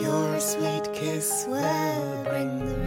Your sweet kiss will bring the rest.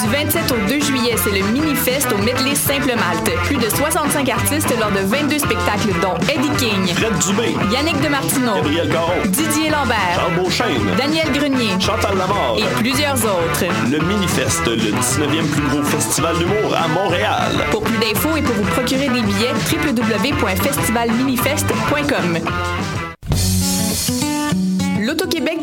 Du 27 au 2 juillet, c'est le mini-fest au Medley Simple Malte. Plus de 65 artistes lors de 22 spectacles, dont Eddie King, Fred Dubé, Yannick Demartino, Gabriel Caron, Didier Lambert, Charles Beauchesne, Daniel Grenier Chantal Lamar. et plusieurs autres. Le Minifest, le 19e plus gros festival d'humour à Montréal. Pour plus d'infos et pour vous procurer des billets, www.festivalminifest.com. L'Auto-Québec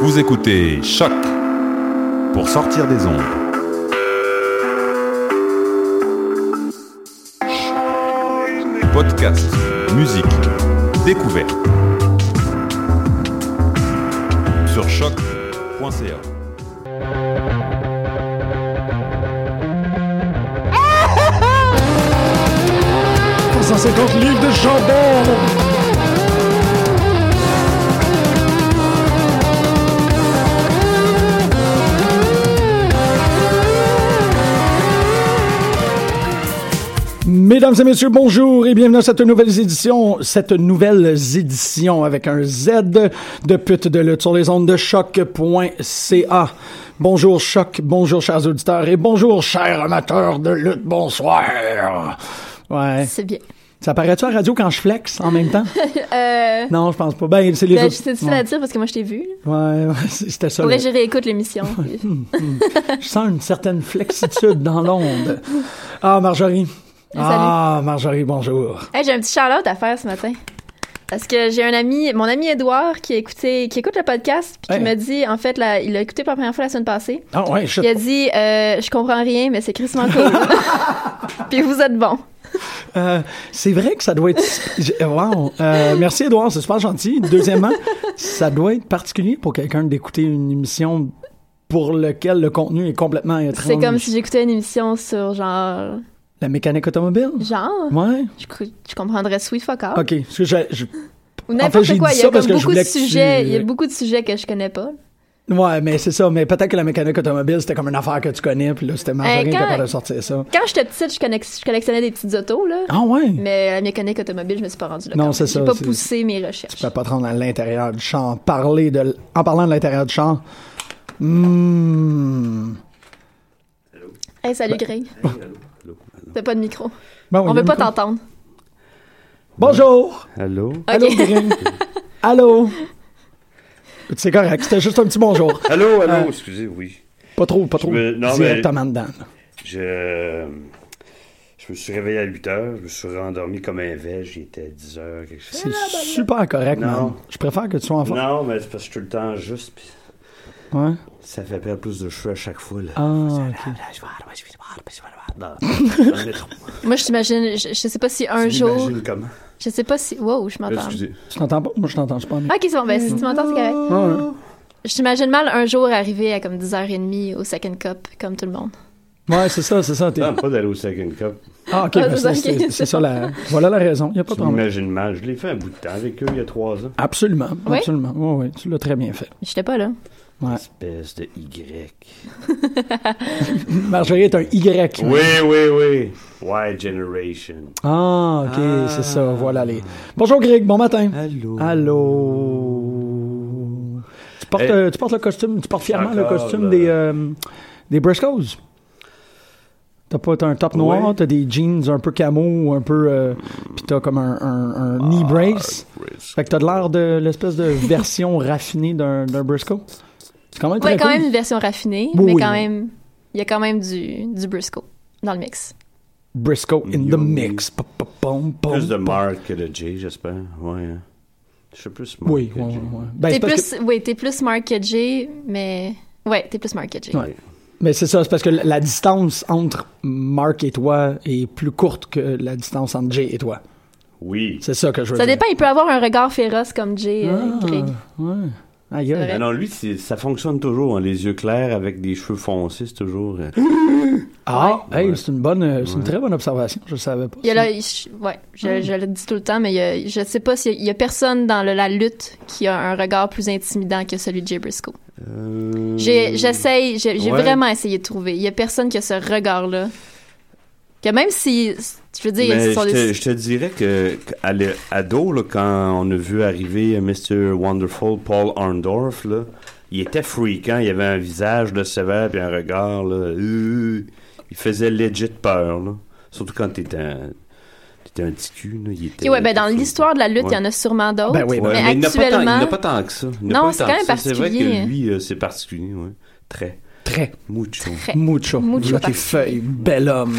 Vous écoutez Choc pour sortir des ondes. Podcast, musique, découverte. Sur choc.ca. Mesdames et messieurs, bonjour et bienvenue à cette nouvelle édition, cette nouvelle édition avec un Z de pute de lutte sur les ondes de choc.ca. Bonjour choc, bonjour chers auditeurs et bonjour chers amateurs de lutte, bonsoir. Ouais. C'est bien. Ça paraît-tu à la radio quand je flex en même temps? Euh, non, je pense pas. Ben, c'est les ben, autres- c'est difficile à ouais, dire parce que moi, je t'ai vu. ouais, ouais, c'était ça. Pour vrai, le- je réécoute l'émission. Je sens une certaine flexitude dans l'onde. Ah, Marjorie. Ah, Marjorie, bonjour. Hey, j'ai un petit shout-out à faire ce matin. Parce que j'ai un ami, mon ami Edouard, qui, a écouté, qui écoute le podcast, puis qui Hey. m'a dit, en fait, la- il l'a écouté pour la première fois la semaine passée. Ah, ouais, je Il a dit, euh, je comprends rien, mais c'est crissement cool. puis vous êtes bon. Euh, c'est vrai que ça doit être. je- Wow. Euh, merci, Edouard, c'est super gentil. Deuxièmement, ça doit être particulier pour quelqu'un d'écouter une émission pour laquelle le contenu est complètement étrange. C'est comme si j'écoutais une émission sur genre. La mécanique automobile? Genre? Ouais. Je, cou- je comprendrais Sweet Fuck All. Ok. parce que j'ai- je- Ou n'importe j'ai quoi. dit Il y ça a parce comme que je beaucoup de voulais que tu- euh, sujets. Il y a beaucoup de sujets que je connais pas. Ouais, mais c'est ça. Mais peut-être que la mécanique automobile, c'était comme une affaire que tu connais, puis là, c'était Marjorie qui Euh, quand- était pas de sortir ça. Quand j'étais petite, je, connex- je collectionnais des petites autos, là. Ah, ouais. Mais la mécanique automobile, je me suis pas rendue là. Non, quand c'est même. ça, J'ai c'est- pas poussé mes recherches. Tu peux pas te rendre à l'intérieur du champ. Parler de. l- En parlant de l'intérieur du champ. Hmm. Hey, salut Greg. T'as pas de micro. Ben oui, On veut pas micro. t'entendre. Bonjour! Allô? Allô, Ok. Greg. Allô. C'est correct, c'était juste un petit bonjour. Allô, allô, Euh, excusez, oui. Pas trop, pas trop veux- non, mais- directement dedans. là. Je, je me suis réveillé à 8 heures, je me suis rendormi comme un veg, il était 10 heures, quelque chose. C'est super correct, Non. man. Je préfère que tu sois en forme. Non, mais c'est parce que je suis tout le temps juste, puis Ouais. ça fait perdre plus de cheveux à chaque fois. Là. Ah, Dans- dans le métro. Moi, je t'imagine, je, je sais pas si un jour. J'imagine comment. Je sais pas si. Wow, je m'entends. Excusez. Tu t'entends pas? Moi, je t'entends, je suis pas mieux. Ah, ok, c'est bon. Ben, si tu m'entends, c'est correct. Ouais, Je t'imagine mal un jour arriver à comme 10h30 au Second Cup, comme tout le monde. ouais. Ouais, c'est ça, c'est ça. t'es- Non, pas d'aller au second cup. Ah, ok, Ah, ben, c'est ça, c'est- ok. c'est c'est ça la. Voilà la raison, il n'y a pas de Tu problème. m'imagines mal. Je l'ai fait un bout de temps avec eux il y a 3 ans. Absolument, Oui? absolument. Oui, oui, tu l'as très bien fait. J'étais pas là. Ouais. Espèce de Y. Marjorie est un Y. Oui, oui, oui. Y Generation. Ah, ok, c'est ça, voilà les. Bonjour Greg, bon matin. Allô. Allô. Tu portes, Eh. euh, tu portes le costume, tu portes fièrement le Encore, costume là. des, euh, des Briscoes. T'as pas t'as un top noir, Ouais. t'as des jeans un peu camo, un peu. euh, Puis t'as comme un, un- un knee Ah, brace. Fait que t'as de l'air de l'espèce de version raffinée d'un d'un Briscoe. C'est quand même très Ouais, quand cool. même une version raffinée, Oui, mais oui. quand même, il y a quand même du, du Briscoe dans le mix. Briscoe in the Yo. mix. Pa, pa, pom, pom, Plus de pom. Mark que de Jay, j'espère. Ouais. hein. Je suis plus Mark Oui, que oui, oui. Jay. oui. Ben, T'es c'est parce que- plus, oui, t'es plus Mark que Jay, mais ouais, t'es plus Mark que Jay. Ouais. Mais c'est ça, c'est parce que la- la distance entre Mark et toi est plus courte que la distance entre Jay et toi. Oui. C'est ça que je veux Ça dire. Ah, dépend, il peut avoir un regard féroce comme Jay, euh, Craig. Ouais. Aïe, aïe. C'est vrai. Ah non, lui, c'est- ça fonctionne toujours. hein, les yeux clairs avec des cheveux foncés, c'est toujours. euh, Hein? Ah, hey, Ouais. c'est une bonne, euh, c'est une Ouais. très bonne observation. Je le savais pas. Il y a ça. là, il- je- ouais, Hmm. je, je le dis tout le temps, mais il y a- je sais pas s'il y a- il y a personne dans le- la lutte qui a un regard plus intimidant que celui de Jay Briscoe. euh, J'ai- J'essaye, j'ai j'ai Ouais. vraiment essayé de trouver. Il y a personne qui a ce regard-là. Que même si, je veux dire, Mais ils sont je, te, des- je te dirais que qu'à l'é- à dos, là, quand on a vu arriver euh, Mr. Wonderful Paul Arndorf, là, il était freakant. Il avait un visage de sévère puis un regard. Là, euh, il faisait legit peur. là. Surtout quand t'étais un, t'étais un petit cul. Là, il était, Ok, ouais, ben dans l'histoire de la lutte, il y en a sûrement d'autres. Ben oui, ben Ouais, mais mais il n'a pas tant- il actuellement- n'a pas, tant que ça. Il n'a Non, pas c'est tant quand que même ça. C'est vrai particulier. que lui, euh, c'est particulier. ouais. Très. Très. Mucho. Très. Mucho. Mucho Voilà tes parti. feuilles, bel homme.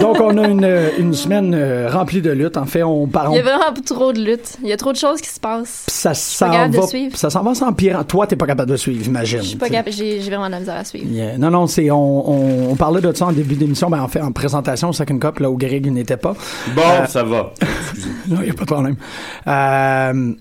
Donc, on a une, euh, une semaine euh, remplie de lutte. En fait, on parle. Il y a vraiment trop de lutte. Il y a trop de choses qui se passent. Ça pas s'en capable de va. suivre. Ça s'en va s'empirant. Toi, t'es pas capable de suivre, imagine. Je suis pas tu sais. capable, j'ai j'ai vraiment de la misère à suivre. Yeah. Non, non, c'est on, on, on parlait de ça en début d'émission, ben en fait en présentation, Second Cup, là où Greg n'était pas. Bon, Euh, ça va. Ben, Non, il n'y a pas de problème. Euh,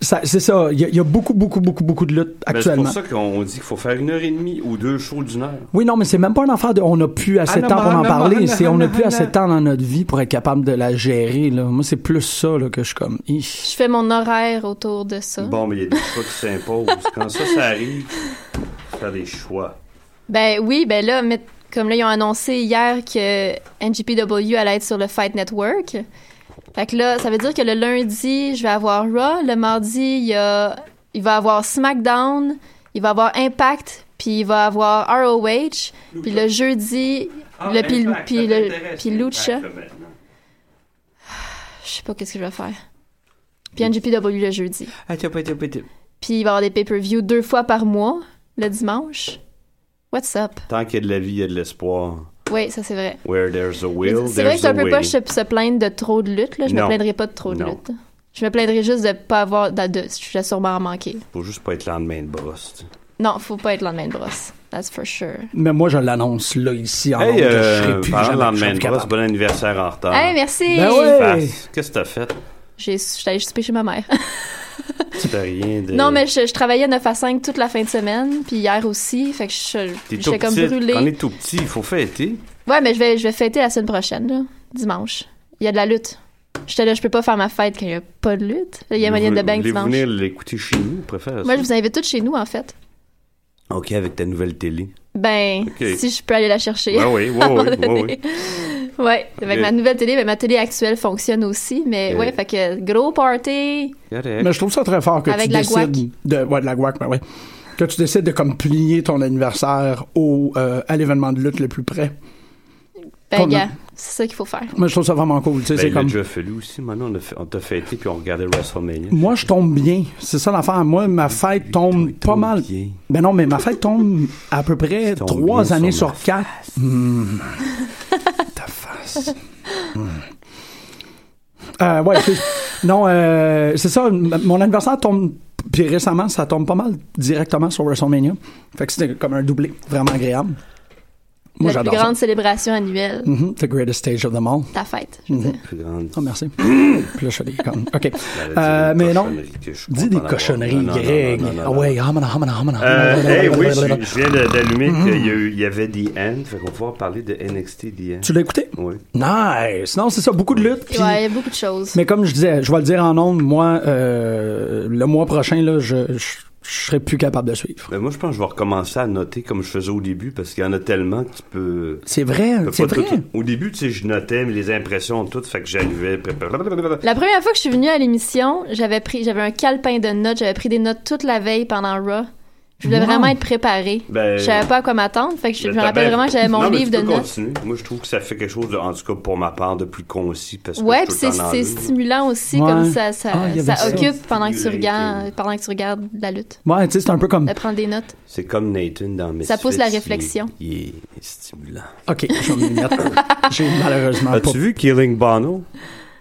ça- c'est ça, il y, a- il y a beaucoup, beaucoup, beaucoup, beaucoup de luttes Ben, c'est actuellement. pour ça qu'on dit qu'il faut faire une heure et demie ou deux shows d'une heure. Oui, non, mais c'est même pas une affaire de on n'a plus assez de Ah, temps pour non, en non, parler. non, C'est non, on n'a non, plus non. assez de temps dans notre vie pour être capable de la gérer. Là. Moi, c'est plus ça là, que je suis comme. Hi. Je fais mon horaire autour de ça. Bon, mais il y a des choix qui s'imposent. Quand ça, ça arrive, faut faire des choix. Ben oui, ben là, mais- comme là, ils ont annoncé hier que NGPW allait être sur le Fight Network. Fait que là, ça veut dire que le lundi, je vais avoir Raw. Le mardi, il, y a, il va avoir SmackDown. Il va avoir Impact. Puis il va avoir ROH. Puis le jeudi, le, puis, puis le, puis Lucha. Je sais pas qu'est-ce que je vais faire. Puis NGPW le jeudi. Puis il va y avoir des pay-per-view deux fois par mois, le dimanche. What's up? Tant qu'il y a de la vie, il y a de l'espoir. Oui, ça c'est vrai. Where there's a Mais will, C'est vrai que there's c'est a un peu way. poche de se plaindre de trop de luttes. Là. Je me Non. plaindrai pas de trop de Non. luttes. Je me plaindrai juste de pas avoir... De, de- je vais sûrement en manquer. Faut juste pas être lendemain de brosse. tu sais. Non, faut pas être lendemain de brosse. That's for sure. Mais moi, je l'annonce là, ici, en ondes, Hey, que Ah je euh, serai plus jamais- je parlant de serai lendemain plus de brosse, capable. bon anniversaire en retard. Hey, merci! Ben ouais. Face, Qu'est-ce que t'as fait? J'ai- Je suis allée souper chez ma mère. Ben T'as rien de... Non, mais je, je travaillais 9 à 5 toute la fin de semaine, puis hier aussi, fait que je T'es tout j'étais comme petit. brûlée. On est tout petit, il faut fêter. Ouais, mais je vais, je vais fêter la semaine prochaine, là, dimanche. Il y a de la lutte. J'étais là, je peux pas faire ma fête quand il y a pas de lutte. Il y a Mania de Bang Vous dimanche. voulez venir l'écouter chez nous, préfère Moi, je vous invite toutes chez nous, en fait. OK, avec ta nouvelle télé. Ben, Ok. si je peux aller la chercher. Ouais, oui, oui, à un moment oui, oui, donné. oui. Ouais, avec Ok. ma nouvelle télé, mais ma télé actuelle fonctionne aussi, mais Ok. ouais, fait que gros party. Correct. Mais je trouve ça très fort que Avec tu la décides de, ouais, de la guac, ben ouais. que tu décides de comme plier ton anniversaire au euh, à l'événement de lutte le plus près. Ben, Comme- gars, c'est ça qu'il faut faire. Moi, je trouve ça vraiment cool. tu sais, Ben, c'est il l'a comme déjà fallu aussi. Maintenant, on a fait- on t'a fêté puis on regardait WrestleMania. moi, je tombe bien. C'est ça l'affaire. Moi, ma fête tombe tombe pas mal. bien. Ben non, mais ma fête tombe à peu près tombe trois bien années sur sur ma quatre. Hmm. Ta face. Hmm. Euh, ouais, c'est- non, euh, c'est ça. m- Mon anniversaire tombe. Puis récemment, ça tombe pas mal directement sur WrestleMania. Fait que c'était comme un doublé, vraiment agréable. Moi, la plus j'adore ça. grande célébration annuelle, Mhm, the greatest stage of them all. ta fête. je veux dire. Plus grande Oh, merci. Puis là, je fais des connes. OK. Euh, mais non. Dis des cochonneries, Greg. Ah ouais, hamana, hamana, hamana. Euh, hey, oui, je, je viens de- d'allumer Mhm. qu'il y, a eu- il y avait des N, fait qu'on va pouvoir parler de NXT DN. Tu l'as écouté? Oui. Nice! Non, c'est ça, beaucoup de luttes. puis- ouais, il y a beaucoup de choses. Mais comme je disais, je vais le dire en ondes, moi, euh, le mois prochain, là, je, je, je serai plus capable de suivre. Ben, moi, je pense que je vais recommencer à noter comme je faisais au début, parce qu'il y en a tellement que tu peux... C'est vrai, tu peux Ah, c'est pas vrai. tout- au début, tu sais, je notais mais les impressions, toutes, fait que j'arrivais... puis- La première fois que je suis venue à l'émission, j'avais pris, j'avais un calepin de notes, j'avais pris des notes toute la veille pendant Raw. Puis Je voulais vraiment être préparée. Ben, Je savais pas à quoi m'attendre. Fait que je, je me t'as rappelle bien- vraiment, j'avais mon Non, mais livre tu de peux notes. continuer. Moi, je trouve que ça fait quelque chose, de, en tout cas pour ma part, de plus concis. Parce que Ouais, je puis peux c'est t'en c'est enlever. stimulant aussi, Ouais. comme ça, ça, Ah, il y avait ça ça. occupe pendant que, tu Stimulant, regardes, euh, pendant que tu regardes la lutte, Ouais, tu sais, c'est un peu comme. de prendre des notes. C'est comme Nathan dans mes Ça pousse la réflexion. Il, est- il est stimulant. Ok, je vais m'y mettre. J'ai malheureusement pas. As-tu vu Killing Bono?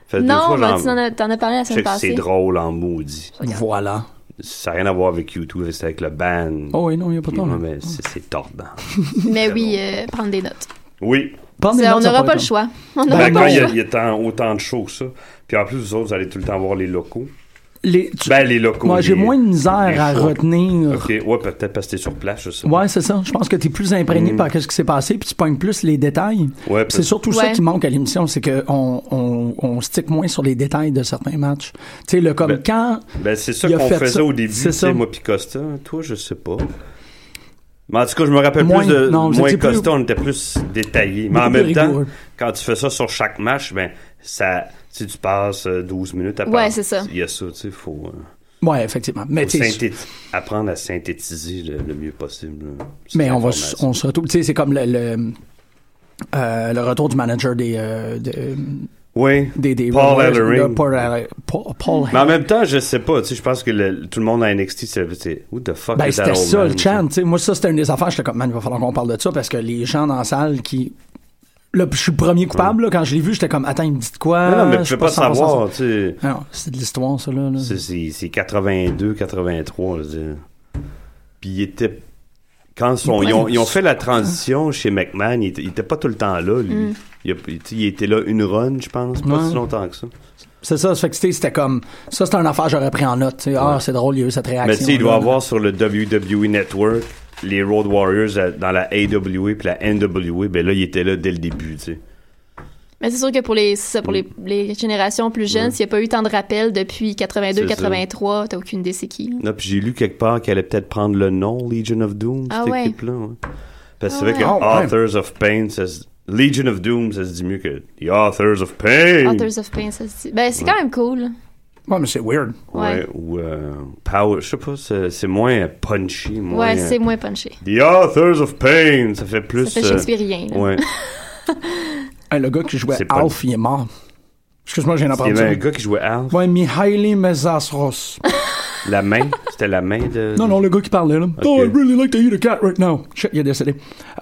Fait deux non, Euh, fois, mais j'en- tu en as, t'en as parlé la Je sais semaine que c'est passée. drôle en maudit. Voilà. Ça n'a rien à voir avec YouTube, c'est avec le band. Oh oui, non, il n'y a pas de Puis, ouais, temps. mais c'est c'est tordant. Mais oui, euh, prendre des notes. Oui. Prendre des Ça, on notes, ça n'aura pourrait pas le être- choix. On Ben, n'aura Ben, pas quand il le y a, choix. il y a tant- autant de shows que ça. Puis en plus, vous autres, vous allez tout le temps voir les locaux. Les, tu- Ben, les locaux. moi, j'ai les- moins de les misère à shows. retenir. Ok, ouais, peut-être parce que t'es sur place, je sais. Ouais, c'est ça. Je pense que tu es plus imprégné par ce qui s'est passé, puis tu pognes plus les détails. Mm. Ouais, Puis c'est surtout ça Ouais. qui manque à l'émission, c'est qu'on on, on stick moins sur les détails de certains matchs. Tu sais, le comme Ben- quand. Ben, c'est ça Il a qu'on fait faisait ça. au début, C'est tu ça. sais, moi puis Costa. hein, Toi, je sais pas. Mais en tout cas, je me rappelle Moins- plus de non, vous moins étiez plus- Costa, on était plus détaillé. Mais Beaucoup en plus même temps, rigoureux. quand tu fais ça sur chaque match, ben, ça, si tu passes euh, 12 minutes à Ouais, part- c'est ça. Il y a ça, tu sais, faut, euh, Ouais, effectivement. Mais, faut tu sais, synthé- apprendre à synthétiser le, le mieux possible. là, cette mais on, va, s- information. on se retrouve. Tu sais, c'est comme le. le euh, le retour du manager des euh, de- Oui. des, des Paul Railways, Ellering. de Paul, Ellering- Paul, Paul Mais en même temps, je sais pas, tu sais, je pense que le- tout le monde à NXT, c'est- c'est, who the fuck Ben, is that c'était old ça man, le tu sais. chant. tu sais. Moi, ça, c'était une des affaires. J'étais comme, man, il va falloir qu'on parle de ça parce que les gens dans la salle qui. Là, je suis le premier coupable. là. quand je l'ai vu, j'étais comme, attends, il me dit de quoi Non, non, mais Euh, Je tu suis peux pas 100% savoir, tu sais. sûr. Ah Non, c'est de l'histoire, ça, là. là. C'est- C'est c'est 82, 83, je veux dire. Puis ils étaient. Quand son- ils, ont, ils ont fait la transition chez McMahon, il était, il était pas tout le temps là, lui. Il, a- il- tu sais, il était là une run, je pense, pas Mm. Ouais. si longtemps que ça. C'est ça, ça fait que tu sais, c'était comme. Ça, c'était une affaire, j'aurais pris en note. tu sais. Ah, c'est drôle, il y a eu cette réaction. Mais tu sais, il doit là. avoir sur le WWE Network les Road Warriors euh, dans la AWA puis la NWA. Ben là, il était là dès le début, tu sais. Mais c'est sûr que pour les, c'est ça, pour les, les générations plus jeunes, s'il n'y a pas eu tant de rappels depuis 82, C'est ça. 83, t'as aucune idée c'est qui. Là, puis j'ai lu quelque part qu'elle allait peut-être prendre le nom Legion of Doom, Ah cette ouais. équipe-là. ouais. Parce que c'est Ah vrai que ouais. Ah ouais. Authors of Pain, ça se- Legion of Doom, ça se dit mieux que The Authors of Pain. Authors of Pain, ça se dit. Ben, c'est quand même cool. Ouais, mais c'est weird. Ouais, Ouais. ou euh, Power, je sais pas, c'est c'est moins punchy, Ouais, moins. euh, c'est moins punché. The Authors of Pain, ça fait plus. Ça fait euh, shakespearien. là. Ouais. Hey, le gars qui jouait C'est pas- Alf, il est mort. Excuse-moi, j'ai viens Il y d'apprendre avait ça. un gars qui jouait Alf. Ouais, Mihaly Mezasros. La main, c'était la main de. Non, non, le gars qui parlait, là. Oh, I really like to eat a cat right now. Shit, il est décédé.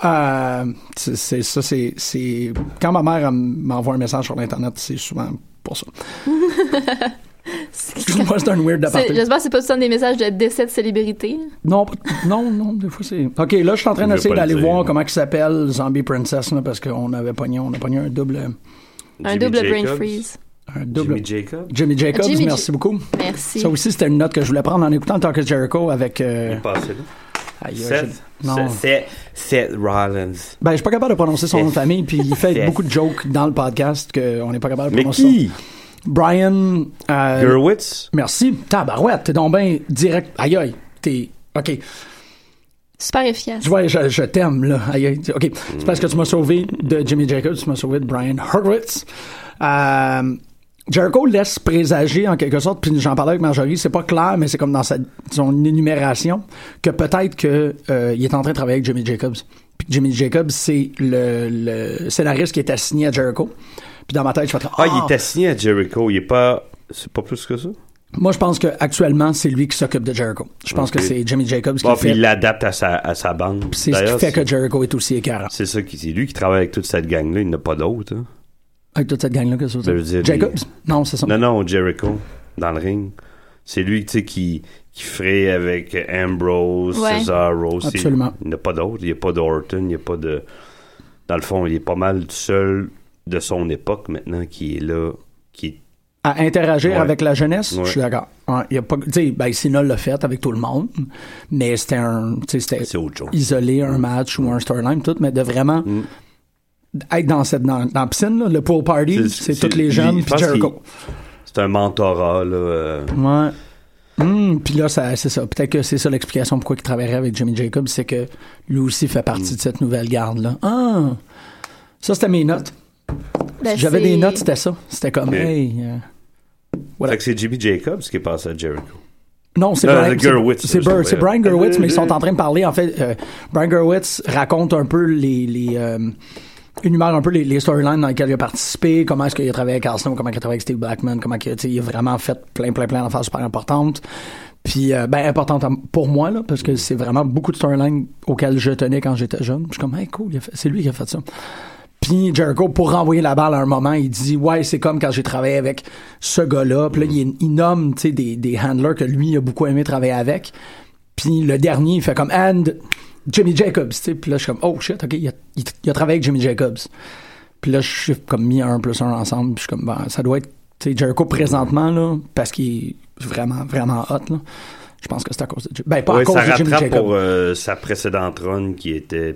Euh, c'est c'est- ça, c'est- c'est. Quand ma mère elle m'envoie un message sur Internet, c'est souvent pour ça. Excuse-moi, c'est un weird C'est- aparté. J'espère que c'est pas tout le temps des messages de décès de célébrités. Non, pas- non, non, des fois, c'est. OK, là, je suis en train Je vais d'essayer pas le d'aller dire. voir comment il s'appelle Zombie Princess, là, parce qu'on avait pogné, on a pogné un double. Un Jimmy double brain Jacobs. freeze. Un double. Jimmy Jimmy, Jacob. Jacobs, Jimmy merci Ja- beaucoup. Merci. Ça aussi, c'était une note que je voulais prendre en écoutant Talk of Jericho avec. euh, Il est passé là. aïe, Seth. je- non. Seth. Seth Rollins. Ben, je suis pas capable de prononcer son nom de famille, puis il fait Seth. beaucoup de jokes dans le podcast qu'on n'est pas capable de Mais prononcer. qui son- Brian. euh, Gerwitz merci. Tabarouette, t'es donc bien direct. Aïe, aïe, t'es. OK. Super efficace. Tu vois, je, je t'aime, là. Aïe, aïe. OK. C'est parce que tu m'as sauvé de Jimmy Jacobs, tu m'as sauvé de Brian Hurwitz. Euh, Jericho laisse présager, en quelque sorte, puis j'en parlais avec Marjorie, c'est pas clair, mais c'est comme dans sa, son énumération, que peut-être que euh, il est en train de travailler avec Jimmy Jacobs. Puis que Jimmy Jacobs, c'est le, le scénariste qui est assigné à Jericho. Puis dans ma tête, je fais Ah, il est assigné à Jericho. Il est pas. C'est pas plus que ça. Moi, je pense que actuellement, c'est lui qui s'occupe de Jericho. Je pense Ok. que c'est Jimmy Jacobs qui Bon, le puis fait. il l'adapte à sa, à sa bande. C'est ce qui D'ailleurs, fait c'est- que Jericho est aussi écœurant. C'est ça qui. C'est lui qui travaille avec toute cette gang-là. Il n'y en a pas d'autres. hein. Avec toute cette gang-là, qu'est-ce que Ben, Je veux c'est? dire, Jacobs? Non, c'est ça. Non, non, Jericho, dans le ring. C'est lui, tu sais, qui, qui ferait avec Ambrose, Ouais. Cesaro. c'est- Absolument. Il n'y en a pas d'autres. Il n'y a pas d'Orton. Il n'y a pas de. Dans le fond, il est pas mal tout seul de son époque maintenant qui est là. Qui est à interagir Ouais. avec la jeunesse, Ouais. je suis d'accord. Hein, il y a pas, tu sais, ben, Cena l'a fait avec tout le monde, mais c'était un, tu sais, c'était C'est autre chose. Mm. isolé un match ou un storyline, tout, mais de vraiment être dans cette, dans, dans la piscine, là, le pool party, c'est toutes les lui, jeunes je puis pense Jericho. qu'il- C'est un mentorat, là. euh, Ouais. Hum, puis là, ça- c'est ça. Peut-être que c'est ça l'explication pourquoi il travaillerait avec Jimmy Jacobs, c'est que lui aussi fait Mm. partie de cette nouvelle garde-là. Ah! Ça, c'était mes notes. Ben, J'avais c'est- des notes, c'était ça. C'était comme, Ok. hey. euh, Fait que c'est Jimmy Jacobs qui est passé à Jericho. Non, c'est Non, Brian, c'est c'est- Gerwitz, c'est je sais Bur- pas. c'est Brian Gerwitz, mais ils sont en train de parler. En fait, euh, Brian Gerwitz raconte un peu les. les euh, énumère un peu les, les storylines dans lesquelles il a participé, comment est-ce qu'il a travaillé avec Carl Snow, comment il a travaillé avec Steve Blackman, comment il a, tu sais, il a vraiment fait plein, plein, plein d'affaires super importantes. Puis, euh, ben, importante à- pour moi, là, parce que c'est vraiment beaucoup de storylines auxquelles je tenais quand j'étais jeune. Je suis comme, hey, cool, il a fait- c'est lui qui a fait ça. Puis Jericho, pour renvoyer la balle à un moment, il dit Ouais, c'est comme quand j'ai travaillé avec ce gars-là. Puis là, il, il nomme tu sais, des, des handlers que lui, il a beaucoup aimé travailler avec. Puis le dernier, il fait comme And Jimmy Jacobs. tu sais. Puis là, je suis comme Oh shit, OK, il a, il- il a travaillé avec Jimmy Jacobs. Puis là, je suis comme mis un plus un ensemble. Puis je suis comme Ben, Ça doit être tu sais, Jericho présentement, là, parce qu'il est vraiment, vraiment hot. Là. Je pense que c'est à cause de Jimmy Ben, pas à Ouais, cause ça de Jimmy rattrape Jacobs. pour euh, sa précédente run qui était.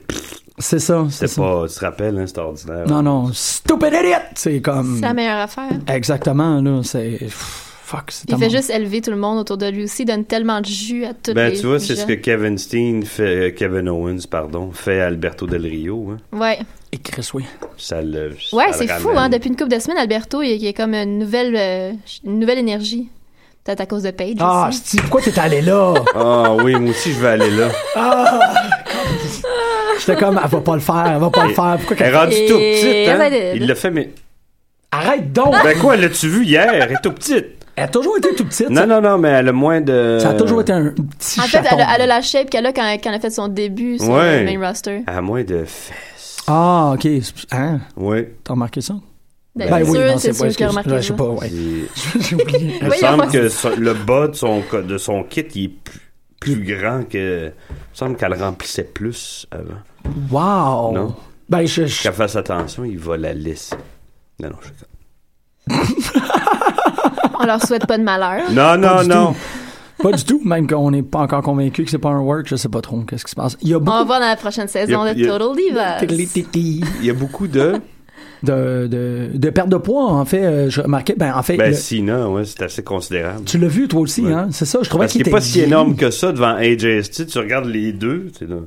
C'est ça. C'est C'était ça. pas. Tu te rappelles, hein, c'était ordinaire. Non, non, stupid idiot! C'est comme. C'est la meilleure affaire. Exactement, là, c'est... pff, Fuck, c'est Il tellement- fait juste élever tout le monde autour de lui aussi. Il donne tellement de jus à tous Ben, les tu vois, c'est ce gens. que Kevin Steen fait. euh, Kevin Owens, pardon, fait à Alberto Del Rio. hein. Ouais, Et Chris, oui. Ça le. ça ouais le c'est fou. ramène. Hein? Depuis une couple de semaines, Alberto, il y a comme une nouvelle, euh, une nouvelle énergie. Peut-être à cause de Paige Ah, aussi. Steve, pourquoi t'es allé là? Ah oui, moi aussi, je vais aller là. J'étais comme, elle va pas le faire, elle va pas le faire. Pourquoi Elle est qu'elle- rendue Et- tout petite, hein? elle va- Il l'a fait, mais. Arrête donc! Ben quoi, l'as-tu vu hier? Elle est tout petite. Elle a toujours été tout petite. Non, euh, ça. non, non, mais elle a moins de. Ça a toujours été un petit En fait, chaton. elle a, elle a la shape qu'elle a quand, quand elle a fait son début sur Ouais. le main roster. À moins de fesses. Ah, OK. c'est- Hein? Oui. T'as remarqué ça? Ben, c'est sûr, c'est sûr, je l'ai excuse, remarqué. je sais là. pas, ouais. Il J'ai oublié. il me Oui, semble on- que so- le bas de son, co- de son kit, il est plus, plus grand que. Il me semble qu'elle remplissait plus avant. Wow! Non. Ben, je... je- Qu'elle fasse attention, il va la laisser. Non, non, je sais pas. On leur souhaite pas de malheur. Non, non, du non. tout. Pas du tout, même qu'on n'est pas encore convaincu que c'est pas un work, je sais pas trop qu'est-ce qui se passe. Il y a On va beaucoup voir dans la prochaine saison Il y a- de il y a- Total Divas. de, Il y a beaucoup de. de, de perte de poids, en fait. euh, Je remarquais, ben, en fait, Ben, le- Sina, ouais, c'est assez considérable. tu l'as vu, toi aussi, Ouais. hein? C'est ça, je trouvais Parce qu'il qu'il n'est était pas si gris. énorme que ça devant AJ Styles. Tu regardes les deux, c'est là.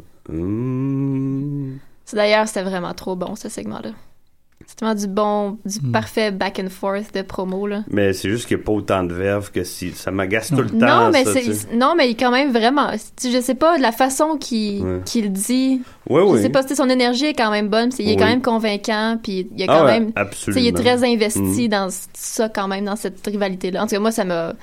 Hmm. C'est- D'ailleurs, c'était vraiment trop bon, ce segment-là. C'était vraiment du bon, du Hmm. parfait back and forth de promo, là. Mais c'est juste qu'il n'y a pas autant de verve que si. Ça m'agace tout le temps. Non mais, ça, c'est, tu sais. non, mais il est quand même vraiment. tu- Je sais pas, de la façon qu'il, Ouais. qu'il le dit. Je Oui, Ah oui. sais pas, tu sais, son énergie est quand même bonne, puis il est Oui. quand même convaincant, puis il y a Ah quand ouais, même. tu sais, absolument. il est très investi Mhm. dans ça, quand même, dans cette rivalité-là. En tout cas, moi, ça m'a. Ta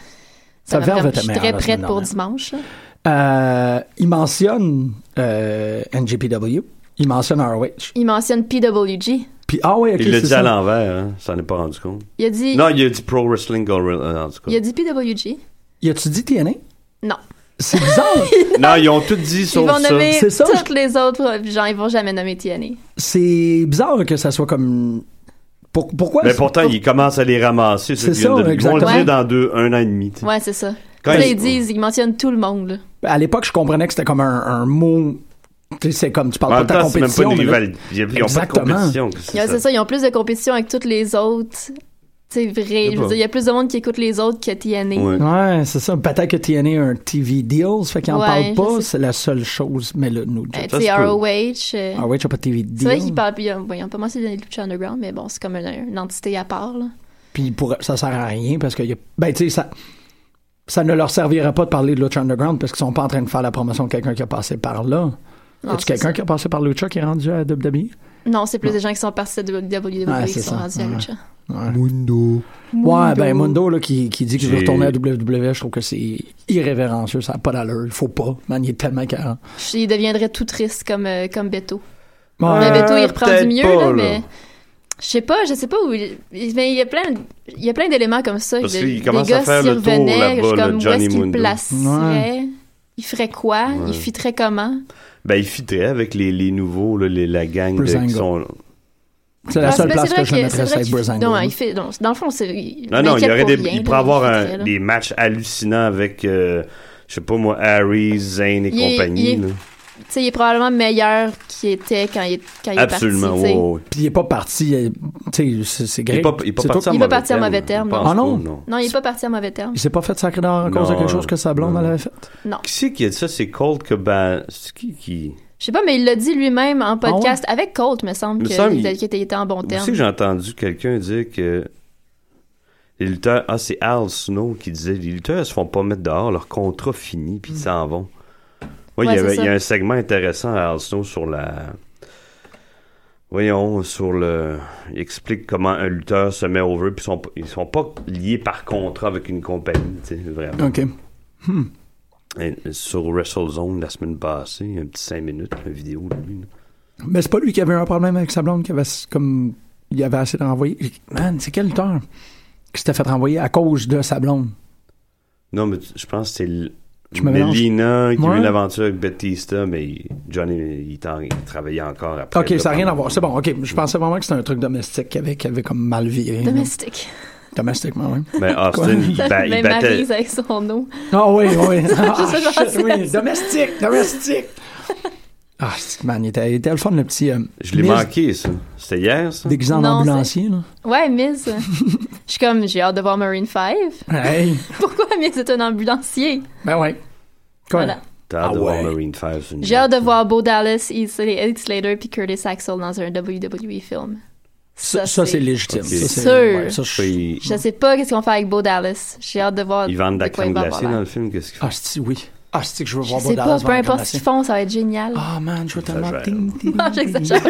Ça m'a verve vraiment- était je suis meilleure très la prête semaine pour dernière. dimanche. là. Euh, il mentionne euh, NJPW. Il mentionne ROH. Il mentionne PWG. Puis, ah ouais, ok, Il l'a c'est dit à ça. l'envers, hein. S'en est pas rendu compte. Il a dit. Non, il a dit Pro Wrestling Gorilla, en tout cas. Il a dit PWG. Y a-tu dit TNA? Non. C'est bizarre. Non, ils ont tout dit Ils sauf vont ça. nommer C'est ça, toutes les autres. Genre, ils vont jamais nommer TNA. Hmm. c'est bizarre que ça soit comme. Pour- pourquoi? Mais c'est- pourtant, ils commencent à les ramasser. C'est ceux qui ça, viennent de- Ils vont le exactement. dire dans deux, un an et demi. tu sais. Ouais, c'est ça. Quand Ça, ils- ils disent, ils mentionnent tout le monde. là. À l'époque, je comprenais que c'était comme un, un mot. Tu sais, c'est comme tu parles En pas même de ta temps, c'est même pas compétition. une mais là- rivalité. Ils n'ont pas de Exactement. compétition. que Il y a- C'est ça, ils ont plus de compétition avec toutes les autres. C'est vrai. Je veux pas. dire, il y a plus de monde qui écoute les autres que TNA. Ouais. Ouais, c'est ça. Peut-être que TNA a un TV deal, ça fait qu'il en Ouais, parle je pas. sais. C'est la seule chose. Mais là, nous. Euh, Ça tu sais, se peut. ROH. euh, ROH a pas de TV deal. c'est vrai qu'ils parlent. Ils ont, bon, ils ont pas mentionné les Lucha Underground, mais bon, c'est comme une, une entité à part. Là. Puis pour, ça sert à rien parce que y a- ben tu sais ça ça ne leur servira pas de parler de Lucha Underground parce qu'ils sont pas en train de faire la promotion de quelqu'un qui a passé par là. Y Non, a-tu c'est quelqu'un ça. qui a passé par Lucha qui est rendu à E? WWE? Non, c'est plus des gens qui sont partis de WWE Ouais, qui c'est sont ça. rendus à Ouais. Lucha. Mundo. Ouais, ben Mundo là, qui, qui dit qu'il veut J'ai- retourner à WWE, je trouve que c'est irrévérencieux, ça n'a pas d'allure, il faut pas. Man, il est tellement carré. Il deviendrait tout triste comme, euh, comme Beto. Ouais. Mais Beto, il reprend peut-être du mieux, pas, là, là. mais. Je sais pas, je sais pas où. il- Mais il y a plein, il y a plein d'éléments comme ça. Parce de- qu'il des commence gars, à faire s'ils le tour revenaient, là-bas, je suis là, comme, Où Johnny est-ce qu'il Mundo. placerait Il ferait quoi Ouais. Il fitterait comment Ben, ils fitteraient avec les, les nouveaux, là, les- la gang de, Bruce qui Angle. sont. C'est la Ah, seule c'est- place c'est vrai que je que- mettrais, c'est vrai c'est qu'il- Bruce Angle. hein. Non, il fait, non, dans le fond, c'est. il- Non, non, il y m'inquiète aurait pour des. rien, il là, pourrait avoir un- fitterait, là. des matchs hallucinants avec, euh, je sais pas moi, Harry, Zane et Il est- compagnie. il est- là. Tu sais, il est probablement meilleur qu'il était quand il, quand il est parti. Absolument, tu sais. ouais, ouais. Puis il est pas parti, il- tu sais, c'est- c'est Il grave. est pas, il est pas C'est parti tout. en Il est pas parti en mauvais terme, je pense non. Ah non? pas, non. Non, il est pas parti à mauvais terme. Il s'est pas fait sacrer dehors à cause de Non, quelque chose que sa blonde non. elle avait fait. Qui c'est qui a dit ça? C'est Colt que ben. C'est qui qui. Je sais pas, mais il l'a dit lui-même en ouais? podcast avec Colt, me semble, Me que- semble, qu'il il- était, qu'il était en bon Vous terme. savez que j'ai entendu quelqu'un dire que les lutteurs, ah, c'est Al Snow qui disait les lutteurs ils se font pas mettre dehors, leur contrat finit, puis ils s'en vont. Oui, Ouais, il, y avait- c'est ça. il y a un segment intéressant à Al Snow sur la. Voyons, sur le. Il explique comment un lutteur se met over, puis ils sont, ils sont pas liés par contrat avec une compagnie, tu sais, vraiment. OK. Et sur WrestleZone la semaine passée, un petit 5 minutes, la vidéo de lui. là. Mais c'est pas lui qui avait un problème avec sa blonde, qui avait s- comme. Il avait assez d'envoyer. Man, c'est quel lutteur qui s'était fait renvoyer à cause de sa blonde? Non, mais tu- je pense que c'est l- Je me mélange. Melina qui a Ouais. eu l'aventure avec Batista, mais il- Johnny, il, t'en- il travaillait encore après. OK, là, ça n'a rien à pendant- voir. C'est bon, OK. Je pensais vraiment que c'était un truc domestique qui avait, qui avait comme mal viré. là. Domestique. Domestiquement, oui. Mais Quoi? Austin, il, ba- il Même battait. Maryse avec son nom. Ah oui, oui. Ah, Juste shit, penser à oui. ça. Domestique, domestique. Ah, c'est- man, il était, il était le fun, le petit. euh, Je l'ai Miz manqué, ça. C'était hier, ça? Déguisé en Non, ambulancier, là. Ouais, Miz. Je suis comme, j'ai hâte de voir Marine 5. Hey, Pourquoi Miz est un ambulancier? ben ouais. Quoi? Voilà. T'as hâte Ah de voir ouais. Marine Five. sur une J'ai hâte de boîte, là. voir Bo Dallas, Heath Heath Slater puis Curtis Axel dans un WWE film. Ça, ça, c'est légitime. Ok. Ça, c'est- Sûr. ouais, ça, je- Puis, Je sais pas qu'est-ce qu'on fait avec Bo Dallas. J'ai hâte de voir. ils vendent de la de quoi crème il va glacée avoir dans l'air. le film, qu'est-ce qu'ils font? Ah, c'est oui. Ah, c'est que je veux Je voir sais Baudalas pas, dans peu la importe ce commerciale. qu'ils font, ça va être génial. Ah, man, je veux tellement. Exagère. Ding, ding, Non, j'exagère.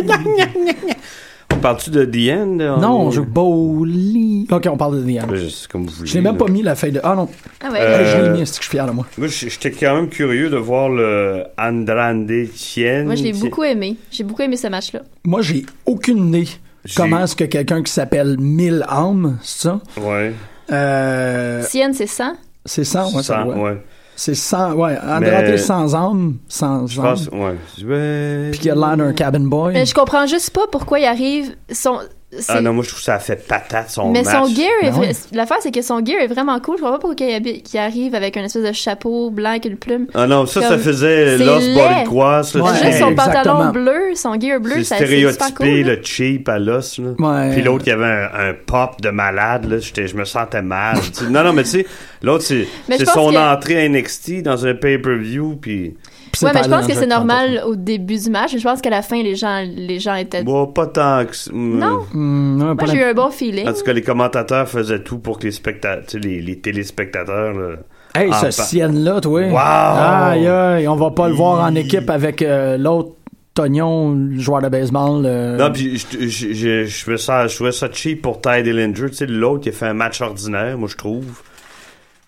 On parle-tu de The End? là? Ah, Non, est- je bowling. Ah, Ok, on parle de The End. Ouais, c'est comme vous voulez. Je l'ai même là. pas mis la feuille de. Ah non, Ah ouais. Euh, je l'ai mis, c'est que je suis fier de moi. Moi, j- j'étais quand même curieux de voir le Andrade Chien. Moi, je l'ai beaucoup aimé. J'ai beaucoup aimé ce match-là. Moi, j'ai aucune idée J'ai- comment est-ce que quelqu'un qui s'appelle Mille âmes, c'est ça? Ouais. Euh, Sienne, c'est 100. c'est 100, Ah, ouais, ça Sans- doit. ouais. C'est 100, ouais. Andrade Mais- est sans âme, sans Je âme. pense, ouais. Je- Puis qu'il a l'air d'un cabin boy. Mais je comprends juste pas pourquoi il arrive. Son, c'est- Ah non, moi je trouve que ça a fait patate son mais match. son gear, est Ben vra- ouais. l'affaire c'est que son gear est vraiment cool. Je comprends pas pourquoi il, habi- qu'il arrive avec un espèce de chapeau blanc avec une plume. Ah non, ça, ça Comme- faisait c'est Los laid. Boricuas. là, Ouais, Juste c'est- son exactement. pantalon bleu, son gear bleu, C'est ça c'est stéréotypé, super cool. là. le cheap à l'os. là. Ouais. Puis l'autre, il y avait un, un pop de malade. Là. J'étais- Je me sentais mal. tu sais. non, non, mais tu sais, l'autre, c'est, Mais je c'est pense son que- entrée à NXT dans un pay-per-view. Puis, Puis Ouais, mais pas je là, pense que je c'est vais te normal au début du match. mais Je pense qu'à la fin, les gens, les gens étaient. bon, pas tant que. Non. prendre. Hum, ouais, pas Moi, la- j'ai eu un bon feeling. En tout cas, les commentateurs faisaient tout pour que les, specta- tu sais, les, les téléspectateurs. Là, Hey, Ah, ce bah. sienne-là, toi. Wow! Aïe, aïe, on va pas le voir en Hi. équipe avec euh, l'autre Tognon, le joueur de baseball. euh, le- Non, puis je, je, je, je, me sens- je trouvais ça cheap pour Ty Dillinger. Tu sais, l'autre qui a fait un match ordinaire, moi, je trouve.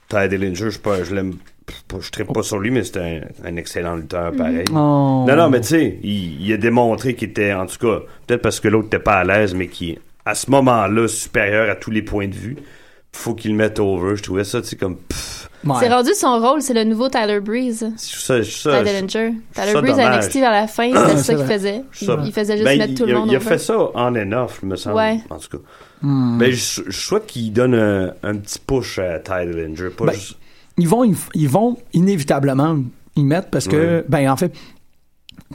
Ty Dillinger, je, sais pas, je l'aime. pas- Je ne pas sur lui, mais c'était un, un excellent lutteur pareil. Oh. Non, non, mais tu sais, il, il a démontré qu'il était, en tout cas, peut-être parce que l'autre n'était pas à l'aise, mais qui est, à ce moment-là, supérieur à tous les points de vue. Faut qu'il le mette over. Je trouvais ça, tu sais, comme. pff, Ouais. C'est rendu son rôle, c'est le nouveau Tyler Breeze. je trouve ça. Je Tyler trouve ça je- Dillinger. ça Tyler Breeze à dommage. NXT vers la fin, c'était Ah, C'est ça qu'il vrai. faisait. je trouve ça- Il, il faisait juste Ben, mettre il- tout il le a- monde Il a over. fait ça on and off, me semble. Ouais. En tout cas. Hmm. Ben, je, je souhaite qu'il donne un, un petit push à Ty Dillinger. Pas Ben, juste- ils vont, ils vont inévitablement y mettre parce que, ben, en fait,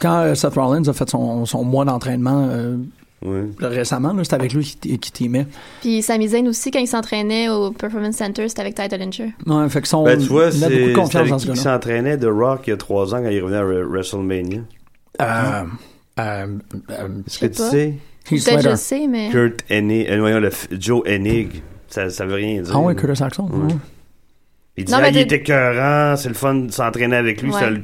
quand euh, Seth Rollins a fait son, son mois d'entraînement euh, ouais. récemment, là, c'était avec lui qui, t- qui t'aimait. Puis Sami Zayn aussi, quand il s'entraînait au Performance Center, c'était avec Ty Dillinger. Ouais, fait que son, Ben, tu vois, il a c'est beaucoup de c'est confiance avec dans qui ce il gars-là. s'entraînait de Rock il y a trois ans quand il revenait à Re- WrestleMania. Euh, euh, euh, Est-ce Je que sais tu pas. sais, Heath Peut-être Slater. je sais, mais. Kurt Hennig, euh, voyons, le f- Joe Hennig, ça, ça veut rien dire. Ah ouais, Curtis Axel. ouais. Il Non, disait, mais ah, il t'es- était écœurant, c'est le fun de s'entraîner avec lui. Ouais. ça le-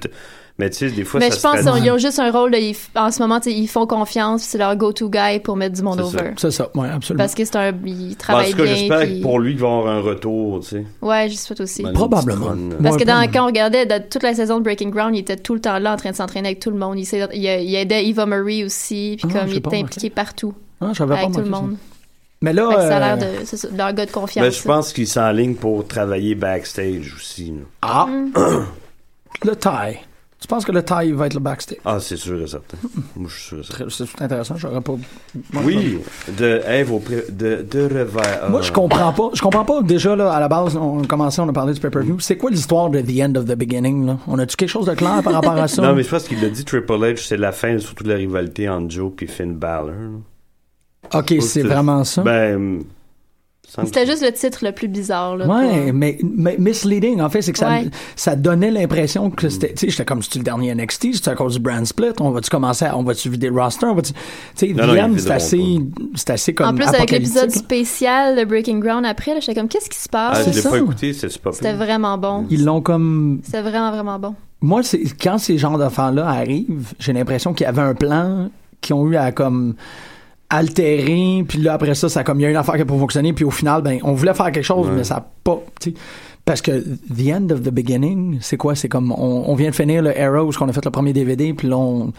Mais tu sais, des fois, mais ça je pense se traduit. qu'ils ont juste un rôle, de- ils f- en ce moment, tu sais, ils font confiance, puis c'est leur go-to guy pour mettre du monde C'est ça. over. C'est ça, ouais, absolument. Parce que c'est un. Ils Bon, en travaillent tout cas, bien. j'espère puis- que pour lui, il va avoir un retour, tu sais. Ouais, je souhaite aussi. dans une Probablement. petite run, euh. Parce Ouais, que dans, probablement. quand on regardait dans toute la saison de Breaking Ground, il était tout le temps là en train de s'entraîner avec tout le monde. Il, s'est- il, il aidait Eva Marie aussi, puis Ah, comme j'ai il pas était remarqué. impliqué partout Ah, j'avais pas avec tout le remarqué ça. monde. Mais Fait que ça là, euh, a l'air de, c'est ça, leur gars de confiance. Mais Ben, je pense qu'il s'enligne pour travailler backstage aussi. là. ah, le taille. Tu penses que le taille va être le backstage? Ah, c'est sûr et certain. Moi, je suis sûr et certain. Très- C'est tout intéressant, j'aurais pas. moi, Oui, de Eve au pré- de, de revers. Ah. Moi, je comprends pas. Je comprends pas. Déjà, là, à la base, on a commencé, on a parlé du pay-per-view. C'est quoi l'histoire de The End of the Beginning, là? On a-tu quelque chose de clair par rapport à ça? Non, mais je pense qu'il l'a dit, Triple H, c'est la fin, surtout de la rivalité entre Joe et Finn Balor. là. OK, c'est vraiment ça. Ben, C'était juste le titre le plus bizarre. Là, Ouais, pour- euh, mais, mais misleading, en fait, c'est que ça, Ouais. ça donnait l'impression que c'était. Tu sais, j'étais comme, c'est-tu le dernier NXT? C'est à cause du brand split? On va-tu commencer à. On va-tu vider le roster? On va-tu. Tu sais, Non, non, ils VM, c'est videront assez. C'est assez comme. en plus, avec apocalyptique, hein. l'épisode là. spécial de Breaking Ground après, là, j'étais comme, qu'est-ce qui se Ah, passe? je c'est l'ai ça. pas écouté, c'est super. C'était vraiment bon. Ils l'ont comme. C'était vraiment, vraiment bon. Moi, c'est quand ces genres d'enfants-là arrivent, j'ai l'impression qu'il y avait un plan qu'ils ont eu à comme altérer, puis là après ça, ça a comme il y a une affaire qui a pas fonctionné, puis au final, ben on voulait faire quelque chose, mais ça a pas. tu sais. Parce que the end of the beginning, c'est quoi C'est comme on, on vient de finir le Arrow, qu'on a fait le premier DVD, puis là on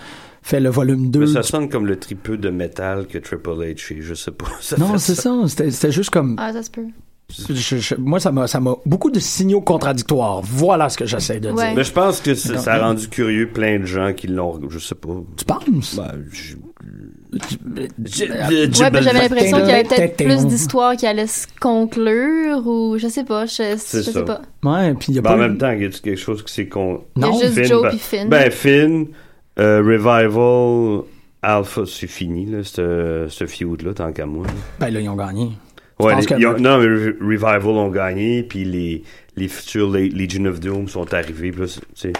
fait le volume 2. Mais ça sonne comme le tripeux de métal que Triple H est, je sais pas. Ça non, fait c'est ça. C'était c'était juste comme Ah, ça se peut. je- je- moi ça m'a ça m'a beaucoup de signaux contradictoires. Voilà ce que j'essaie de Ouais. dire. Mais je pense que ça, D'accord. ça a rendu curieux plein de gens qui l'ont, je sais pas. Tu penses Ben, je- Ouais, ben, j'avais l'impression qu'il y avait peut-être Tintin. plus d'histoires qui allaient se conclure ou je sais pas, je, je ça. sais pas. Ouais, puis il y a Ben, pas en eu- même temps, il y a quelque chose qui s'est con. Il y a Non, juste Finn, Joe ben- puis Finn. Ben, Finn, euh, Revival, Alpha, c'est fini, là, ce, ce feud-là, tant qu'à moi. Ben là, ils ont gagné. Ouais, penses les- que- ils ont- non, mais Re- Revival ont gagné, puis les, les futurs Le- Legion of Doom sont arrivés, puis là, c'est- c'est-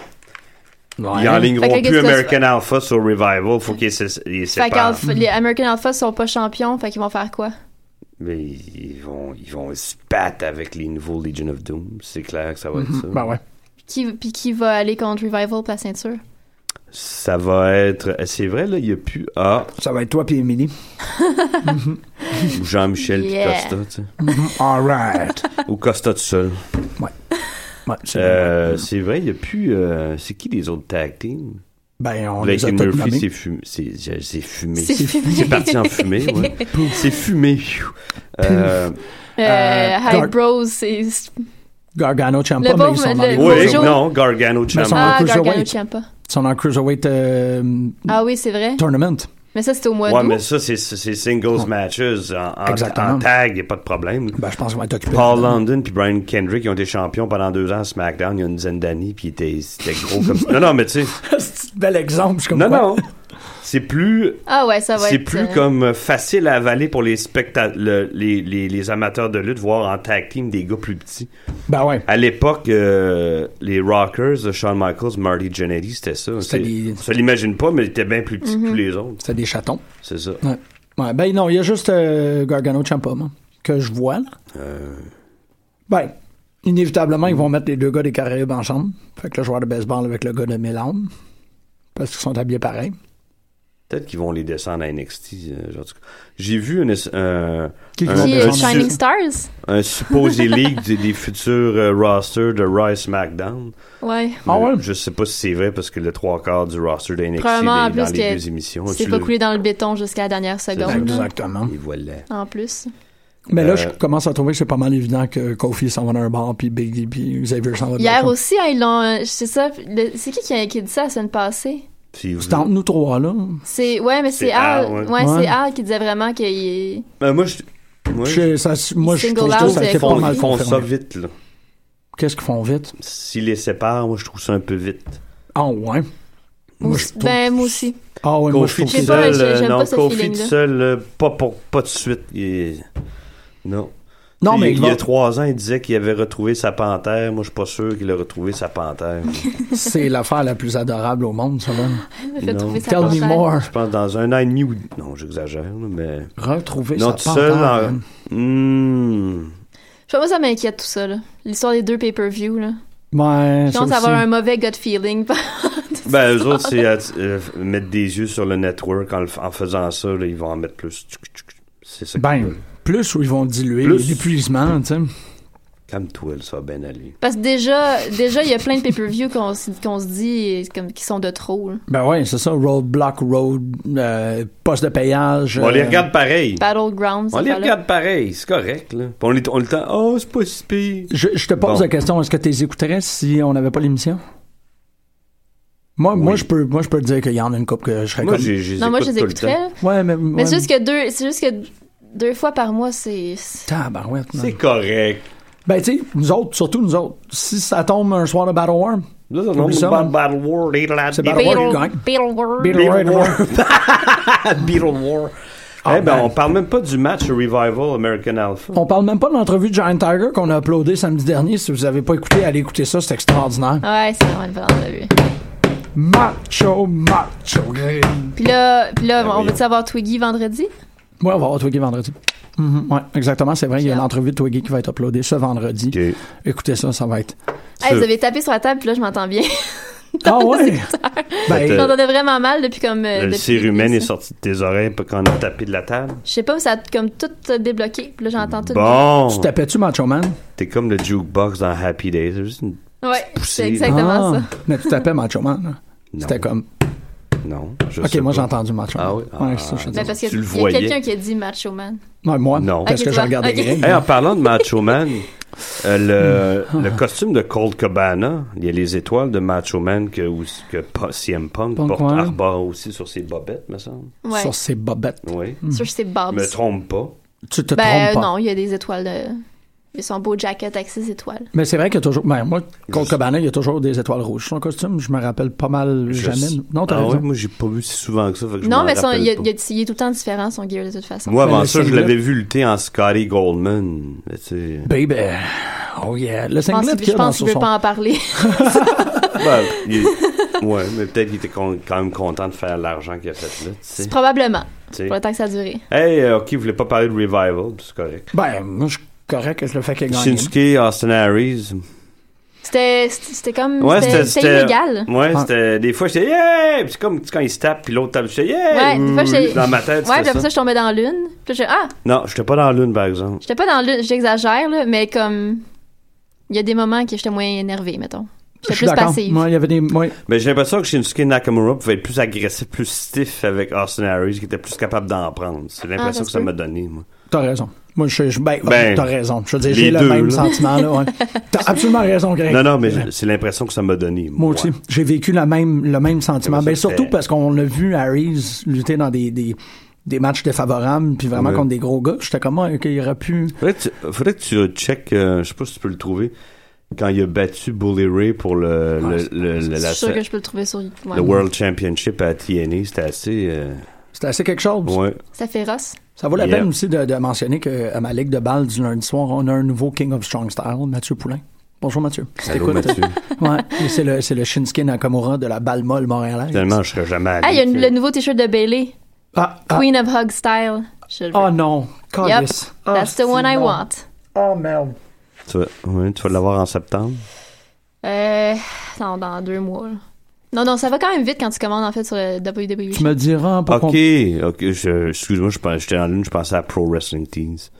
Ouais. Ils Fait enligneront que plus qu'est-ce que- American Alpha sur Revival, faut qu'ils se ils se fait séparent. qu'Alpha- les American Alpha sont pas champions, fait qu'ils vont faire quoi? Mais ils ils vont, ils vont se battre avec les nouveaux Legion of Doom, c'est clair que ça va être ça. Ben ouais. Qui, puis qui va aller contre Revival pour la ceinture? Ça va être. euh, C'est vrai, là, il n'y a plus. Ah, Ça va être toi puis Émilie. ou Jean-Michel puis Yeah. Costa, tu sais. Mhm. All right. Ou Costa tout seul. Ouais, c'est Euh, c'est vrai, il n'y a plus. euh, c'est qui les autres tag teams ben, on les a Blake tous Murphy, nommés. c'est fumé. C'est j'ai- c'est fumé. C'est fumé. C'est parti en fumée, ouais. c'est fumé. pfiou. Euh, Euh, Euh, Hyde Gar- Bros, c'est. c'est- Gargano, Ciampa, Le mais pauvre- ils sont dans le- les- Bonjour. oui, non, Gargano sont- Champion. Ah, Ah, Cruiserweight. Gargano Ciampa. Ils sont dans le Cruiserweight euh, Ah oui, c'est vrai. Tournament. Mais ça, c'était au mois Ouais, d'août. mais ça, c'est c'est singles matches. En, en- Exactement. en tag, il n'y a pas de problème. Ben, je pense qu'on va être occupé. Paul London puis Brian Kendrick, ils ont été champions pendant deux ans à SmackDown, il y a une dizaine d'années, puis ils étaient- c'était gros comme ça. Non, non, mais tu sais. c'est un bel exemple. Je suis comme Non, quoi. non. C'est plus. Ah ouais, ça va C'est être. plus euh, comme euh, facile à avaler pour les, specta- le- les, les, les amateurs de lutte, voir en tag team des gars plus petits. Ben ouais. À l'époque, euh, les Rockers, euh, Shawn Michaels, Marty Jannetty, c'était ça. C'était C'est- des- Ça l'imagine pas, mais ils étaient bien plus petits Mhm. que tous les autres. C'était des chatons. C'est ça. Ouais. Ouais, ben non, il y a juste euh, Gargano, Ciampa, moi, que je vois, là. Euh. Ben, inévitablement, ils vont mettre les deux gars des Caraïbes ensemble. Fait que le joueur de baseball avec le gars de Milan. Parce qu'ils sont habillés pareil. Peut-être qu'ils vont les descendre à NXT. euh, genre, en tout cas. J'ai vu un, es- un- Qui- qui un- vont Qui un est descendre su- Shining Stars? un supposé league des, des futurs euh, rosters de Rice McDown. Ouais. Ah ouais? Je sais pas si c'est vrai parce que le trois quarts du roster de NXT il est Probablement, en dans plus, les que deux émissions. C'est Tu pas le- coulé dans le béton jusqu'à la dernière seconde. là, Exactement. Et voilà. En plus. Mais là, Euh, je commence à trouver que c'est pas mal évident que Kofi s'en va dans un bar, puis Biggie, puis Xavier s'en va dans Hier l'autre. aussi, hein, ils l'ont. euh, C'est ça. le- C'est qui qui a, qui a dit ça la semaine passée? Si vous- C'est entre nous trois, là. C'est. Ouais, mais C'est c'est Al. Al, ouais. Ouais, Ouais. c'est Al qui disait vraiment qu'il est. Ben, moi, je. Moi, je- Je- ça- moi, je Single trouve que out, ça c'est fait pas font, mal ils font ça confirmé. vite, là. Qu'est-ce qu'ils font vite? S'ils les séparent, moi, je trouve ça un peu vite. Ah ouais. Moi, je trouve- Ben, moi aussi. Ah ouais, moi, je Kofi trouve tout J'ai pas- que... seul, j'ai- euh, j'aime non, pas ce Kofi tout feeling-là. seul, euh, pas, pour, pas de suite. il- Non. Non, mais il il, il y va... a trois ans, il disait qu'il avait retrouvé sa panthère. Moi, je suis pas sûr qu'il a retrouvé sa panthère. c'est l'affaire la plus adorable au monde, ça, là. Fait Non. trouver sa Tell me panthère. more. je pense dans un an et demi ou... Non, j'exagère, là, mais... Retrouver non, sa tout seul... panthère, hein. en- man. Hmm. Je sais pas, moi, ça m'inquiète tout ça, là. L'histoire des deux pay-per-view, là. Ouais, Je ça commence à aussi. avoir un mauvais gut feeling. Ben, eux autres, c'est à- euh, mettre des yeux sur le network. En, le f- en faisant ça, là, ils vont en mettre plus. C'est ça. qu'ils Ben, veulent. plus où ils vont diluer Plus. l'épuisement, tu sais. Calme-toi, ça va bien aller. Parce que déjà, déjà, il y a plein de pay-per-view qu'on se qu'on se dit comme, qui sont de trop. là. Ben ouais, c'est ça. Roadblock, road, euh, poste de payage. On les euh, regarde pareil. Battlegrounds, On ces les affaires-là. regarde pareil, c'est correct, là. Puis on les on le temps. Oh, c'est pas si pire. Je, je te pose Bon. la question, est-ce que tu les écouterais si on n'avait pas l'émission? Moi, moi, je peux, moi, je peux te dire qu'il y en a une coupe que je serais Moi, Ben, comme... j'ai j'ai Non, moi, je les écoute tout le écouterais. temps. là. Ouais, mais... Mais ouais. c'est juste que deux, c'est juste que deux fois par mois, c'est. Tabarouette, man. C'est correct. Ben, tu sais, nous autres, surtout nous autres, si ça tombe un soir de Battle War, Là, ça, Oublie non, ça, Ba- man. Battle War, les lads, C'est les Battle War. Ah, gagne. Beatles- Battlegrounds. Beetle Rider. Beatles War. Eh ben, man. on parle même pas du match Revival American Alpha. On parle même pas de l'entrevue de Giant Tiger qu'on a uploadé samedi dernier. Si vous avez pas écouté, allez écouter ça, c'est extraordinaire. Ouais, c'est vraiment une bonne entrevue. Macho, macho. Green. Puis là, puis là on Ah oui. veut-tu avoir Twiggy vendredi? Ouais, on va avoir Twiggy vendredi. Mhm, ouais, exactement, c'est vrai. Il y a une entrevue de Twiggy qui va être uploadée ce vendredi. Euh, Ok. Écoutez ça, ça va être. Hey, vous avez tapé sur la table, puis là, je m'entends bien. Ah ouais? Ben, Euh, J'entendais vraiment mal depuis comme. euh, Le depuis cérumen ça. est sorti de tes oreilles pas quand on a tapé de la table. Je sais pas, ça a comme tout euh, débloqué. Puis là, j'entends tout. Bon, tu tapais-tu Macho Man? t'es comme le jukebox dans Happy Days. C'est juste une- Ouais, poussé, c'est exactement Ah, ça. Mais tu tapais Macho Man. là. Non. C'était comme. Non, je Ok, sais moi pas. j'ai entendu Macho Man. Ah oui? Ouais, Ah. c'est ça, je te dis. Mais Ben, parce que Tu le y a voyais. quelqu'un qui a dit Macho Man. Ouais, moi, Non. parce Ok, que je toi. regardais Ok. Greg. Hey, en parlant de Macho Man, euh, le, le costume de Cold Cabana, il y a les étoiles de Macho Man que, ou- que Pa- CM Punk Punk, porte ouais. arbore aussi sur ses bobettes, me semble. Ouais. Sur ses bobettes. Oui. Sur ses bobs. Me trompe pas. Tu te Ben trompes Hmm. pas. non, il y a des étoiles de. Il y a son beau jacket avec ses étoiles. Mais c'est vrai qu'il y a toujours. Ben, moi, Cole Cabana, il y a toujours des étoiles rouges. Son costume, je me rappelle pas mal Je jamais. sais- Non, t'as ah raison. ouais, moi j'ai pas vu si souvent que ça. fait que je non, m'en mais son- rappelle il, y a- pas. il y a- il est tout le temps différent, son gear, de toute façon. Moi Mais avant le ça, je singlet- l'avais vu lutter en Scotty Goldman. Mais tu sais, Baby. Oh yeah. Le je pense singlet qu'il- qu'il je y a dans pense qu'il son. veut pas en parler. ben, il- ouais, mais peut-être qu'il était con- quand même content de faire l'argent qu'il a fait là. tu sais, Probablement. tu sais. Pour le temps que ça a duré. Hey, euh, ok, vous voulez pas parler de Revival, c'est correct. Ben, moi, je suis correct avec le fait qu'il gagne. Shinsuke, Austin Harris, C'était c'était- c'était comme. Ouais, c'était- c'était c'était illégal. Ouais, Ah. c'était des fois j'étais yeah, puis c'est comme tu sais, quand il se tape puis l'autre tape, j'étais yeah. Ouais, des fois, j'étais- dans ma tête, Ouais, puis c'était après ça, ça. je tombais dans l'une. Puis j'ai ah, Non, j'étais pas dans la lune par exemple. j'étais pas dans l'une, j'exagère là, mais comme il y a des moments que j'étais moins énervée, mettons. Je J'étais suis plus d'accord. passive. Moi, il y avait des. ouais. Mais j'ai l'impression que Shinsuke Nakamura pouvait être plus agressif, plus stiff avec Austin Harris qui était plus capable d'en prendre. C'est Ah, ça l'impression que se ça peut. m'a donné moi. T'as raison. Moi, je, je- ben, Ben, t'as raison. Je veux dire, les j'ai le deux, même là. sentiment, là. ouais. T'as absolument raison, Greg. Non non, mais je- c'est l'impression que ça m'a donné. Moi aussi, ouais. j'ai vécu la même, le même sentiment. Ouais, Ben, ça surtout fait- parce qu'on a vu Harris lutter dans des, des, des matchs défavorables, puis vraiment Ouais. contre des gros gars. J'étais comme, ah, ok, il aurait pu. Faudrait que tu, faudrait que tu check, euh, je sais pas si tu peux le trouver quand il a battu Bully Ray pour le le, le, le- Je la- suis sûre Ah, que je peux le trouver sur ouais. le World Championship à TNA, c'était assez euh, C'était assez quelque chose. ouais. Ça fait ross. Ça vaut la Yeah. peine aussi de, de mentionner que à ma ligue de balle du lundi soir, on a un nouveau King of Strong Style, Mathieu Poulain. Bonjour Mathieu. Si Allô, t'écoutes- Mathieu. Ouais, et c'est le, c'est le Shinsuke Nakamura de la balle molle montréalaise. Finalement, je serais jamais allé. Ah, il y a une- tu sais. le nouveau t-shirt de Bailey, Ah, ah, Queen of Hug style. Je le veux. ah non, Yep. Calice. Ah, That's the one I c'est bon. want. Oh merde. Tu vas, ouais, tu vas l'avoir en septembre. Euh, dans, dans deux mois. là. Non, non, ça va quand même vite quand tu commandes en fait sur euh, le WWE. Tu me diras pas ok, ok. je- Excuse-moi, je pens- j'étais en ligne, je pensais à Pro Wrestling Teens.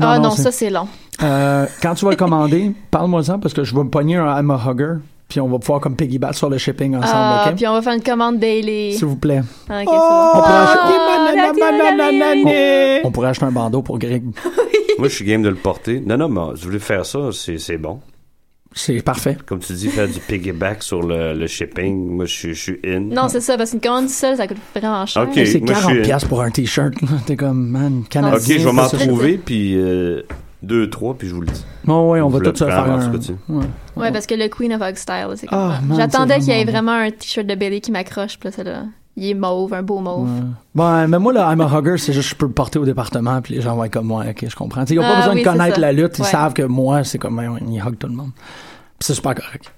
ah non, ça c'est long. Euh, quand tu vas le commander, parle-moi-en parce que je vais me pogner un I'm a hugger, puis on va pouvoir comme piggyback sur le shipping ensemble, Ah, ok? puis on va faire une commande Bailey. S'il vous plaît. Ah, ok, c'est bon. on, pourrait acheter- Ah, la tire, la tire. on, pourrait acheter un bandeau pour Greg. Moi, je suis game de le porter. Non, non, mais je voulais faire ça, c'est c'est bon. C'est parfait. Comme tu dis, faire du piggyback sur le, le shipping, moi, je, suis- je suis in. Non, c'est ça, parce qu'une commande seule, ça coûte vraiment cher. Ok. Et c'est moi, je suis- 40$ piastres pour un t-shirt. là. T'es comme, Ah, man, canadien. ok, je vais m'en c'est ça. trouver, puis euh, deux, trois, puis je vous le dis. Oh, ouais, on Je va le tout se prends, faire en un... tout cas, tu sais. ouais. Ouais, parce que le Queen of Hog Style, c'est comme Ah, ça. man, J'attendais c'est qu'il y ait vraiment vraiment un t-shirt de Bailey qui m'accroche, puis là, c'est là. Il est mauve, un beau mauve. Ouais, Ben, mais moi, le I'm a hugger, c'est juste que je peux le porter au département, puis les gens vont être comme moi, ok, je comprends. T'sais, ils n'ont pas Ah besoin oui, de c'est connaître ça. la lutte, ils Ouais. savent que moi, c'est comme, ouais, ils hug tout le monde. Puis c'est super correct.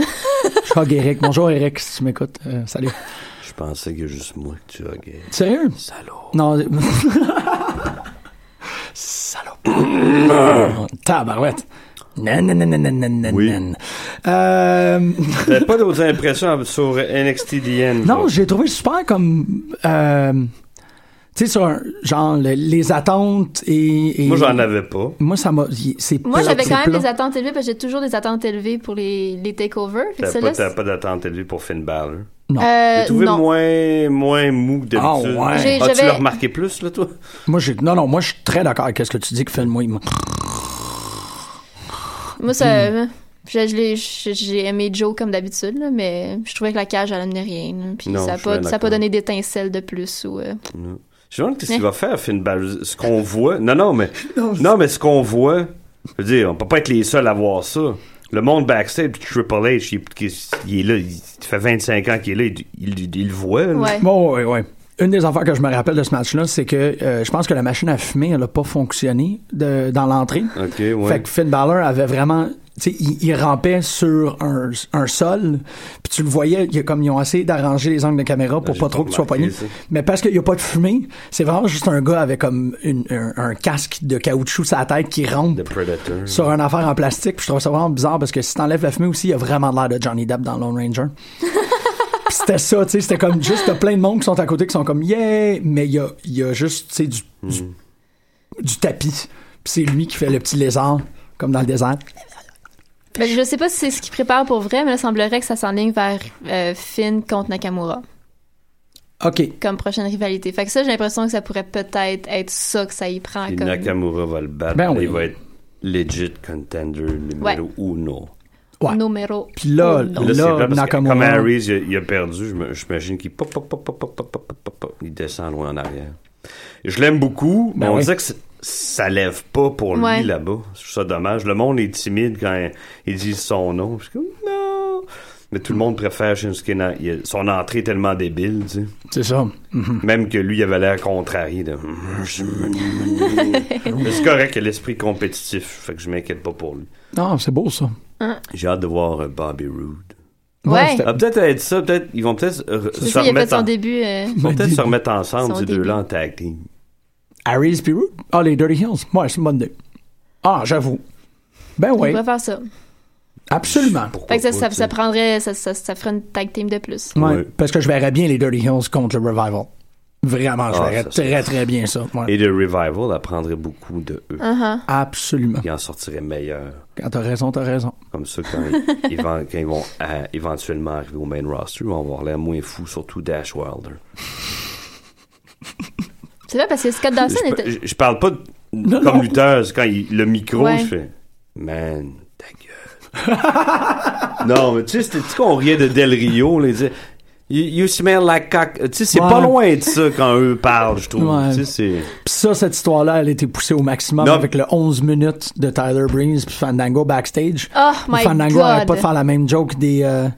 je hug Eric. Bonjour Eric, si tu m'écoutes. Euh, salut. Je pensais que juste moi que tu huguais. Sérieux? Salaud. Non. Salope. Tabarouette. Nan, nan, nan, nan, nan, nan, Oui. nan. Euh, T'avais pas d'autres impressions sur NXTDN? non, je... j'ai trouvé super comme. euh, tu sais, sur un- genre le- les attentes et. et- Moi, j'en avais pas. Moi, ça m'a. y- C'est Moi, plat, j'avais c'est quand même plat. des attentes élevées, parce que j'ai toujours des attentes élevées pour les, les takeovers. Fait que T'as ça, pas, là, t'as pas d'attente élevée pour Finn Balor. J'ai euh, hein? trouvé non. moins, moins mou que d'habitude. Ah ouais. J'ai- Ah, tu j'avais- l'as remarqué plus, là, toi? Moi, j'ai. Non, non, moi, je suis très d'accord avec ce que tu dis que Phil Moi. il m'a- Moi, ça. Hmm. je- je l'ai- je- J'ai aimé Joe comme d'habitude, là, mais je trouvais que la cage, elle amenait rien. là. Puis Non, ça n'a je suis pas, bien ça a pas d'accord. donné d'étincelles de plus. Ou, euh, Je me demande qu'est-ce Hein? qu'il va faire, Finn Balor. Ce qu'on voit. Non, non, mais. non, mais ce qu'on voit. Je veux dire, on peut pas être les seuls à voir ça. Le monde backstage, Triple H, il, il est là, il ça fait 25 ans qu'il est là, il, il- il le voit. là. ouais. Bon, ouais, ouais. une des affaires que je me rappelle de ce match-là, c'est que euh, je pense que la machine à fumer, elle a pas fonctionné de- dans l'entrée. OK, ouais. Fait que Finn Balor avait vraiment. tu sais, Il, il rampait sur un, un sol, puis tu le voyais, il y a comme ils ont essayé d'arranger les angles de caméra pour j'ai pas pas trop que tu sois remarqué pogné. ça. Mais parce qu'il n'y a pas de fumée, c'est vraiment juste un gars avec comme une- un, un casque de caoutchouc sur la tête qui rampe The Predator. sur une affaire en plastique. Puis je trouve ça vraiment bizarre parce que si t'enlèves la fumée aussi, il y a vraiment l'air de Johnny Depp dans Lone Ranger. Puis c'était ça, tu sais, c'était comme juste t'as plein de monde qui sont à côté qui sont comme yeah, mais il y a, il y a juste, tu sais, du, du, Hmm. du tapis. Puis c'est lui qui fait le petit lézard, comme dans le désert. Ben, je sais pas si c'est ce qu'ils préparent pour vrai, mais il semblerait que ça s'enligne vers euh, Finn contre Nakamura OK. comme prochaine rivalité. Fait que ça, j'ai l'impression que ça pourrait peut-être être ça que ça y prend. Et comme... Nakamura va le battre. Ben oui. Il va être legit contender numéro Ouais. uno. Ouais. numéro Puis là, uno. Là, c'est là, plat parce que Nakamura. Comme Harris, il a, il a perdu, je me- j'imagine qu'il pop, pop, pop, pop, pop, pop, pop, pop, pop, il descend loin en arrière. Je l'aime beaucoup, mais Ben on oui. dirait que c'est- ça lève pas pour lui Ouais. là-bas. Je trouve ça dommage. Le monde est timide quand ils disent son nom. Je suis comme, non. Mais tout le monde préfère Shinsuke. Na- il- Son entrée est tellement débile, tu sais. C'est ça. Mhm. Même que lui, il avait l'air contrarié. de- Mais c'est correct, il a l'esprit compétitif. Fait que je m'inquiète pas pour lui. Non, Ah, c'est beau ça. J'ai hâte de voir euh, Bobby Roode. Ouais. c'était- Ah, peut-être être ça, peut-être ils vont peut-être euh, C'est se ça, il a fait remettre son en... début. euh, ils vont peut-être se remettre ensemble Son ces début. deux-là en tag team. Harris puis Root. Ah, les Dirty Hills. Ouais, c'est une bonne idée. Ah, j'avoue. Ben Il oui, pourrait faire ça. absolument. Pourquoi Fait que ça, ça, pas, ça tu sais. prendrait, ça, ça, ça ferait une tag team de plus. Ouais, Ouais. Parce que je verrais bien les Dirty Hills contre le Revival. Vraiment, je Ah, verrais ça, ça, très, très bien ça. Ouais. Et de Revival apprendrait beaucoup de eux. Ah Absolument. Ils en sortiraient meilleurs. Quand t'as raison, t'as raison. Comme ça, quand ils, ils vont, quand ils vont euh, éventuellement arriver au main roster, ils vont avoir l'air moins fous, surtout Dash Wilder. C'est vrai parce que Scott Dawson Je, était. je- je parle pas de- Ah, Non, comme non. lutteur, c'est quand il- le micro, Ouais. je fais Man, ta gueule. non, mais tu sais, c'est- tu sais qu'on riait de Del Rio, là, il disait You, you smell like cock. Tu sais, c'est Ouais. pas loin de ça quand eux parlent, je trouve. Ouais. Tu sais, c'est. Puis ça, cette histoire-là, elle a été poussée au maximum Non. avec le 11 minutes de Tyler Breeze puis Fandango backstage. Oh my Fandango god! arrête pas de faire la même joke des euh,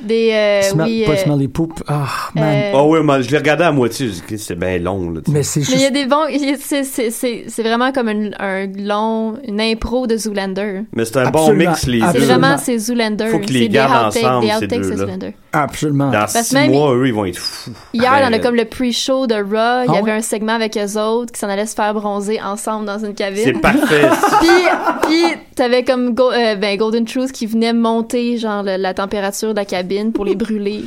Des. euh, smell- oui, pas euh, Smelly Poop. Ah, man. euh, Oh oui, moi, je l'ai regardé à moitié, j'ai dit, Christ, c'est bien long, là. tu sais. Mais c'est Mais il y a juste... des bons. il y a- c'est- C'est c'est- c'est vraiment comme une- un long. Une impro de Zoolander. Mais c'est un Absolument. bon mix, C'est les deux. Absolument. vraiment, c'est Zoolander. Faut qu'ils les C'est des gardent outtakes, ensemble, des ces outtakes de deux-là. Zoolander. Absolument. Dans Parce six même- mois, eux, ils vont être fous. Hier, dans le, Ben, comme le pre-show de Raw, il y Ah avait ouais? un segment avec eux autres qui s'en allaient se faire bronzer ensemble dans une C'est cabine. parfait. Puis, puis t'avais comme Go- euh, ben, Golden Truth qui venait monter genre le- la température de la cabine pour les brûler.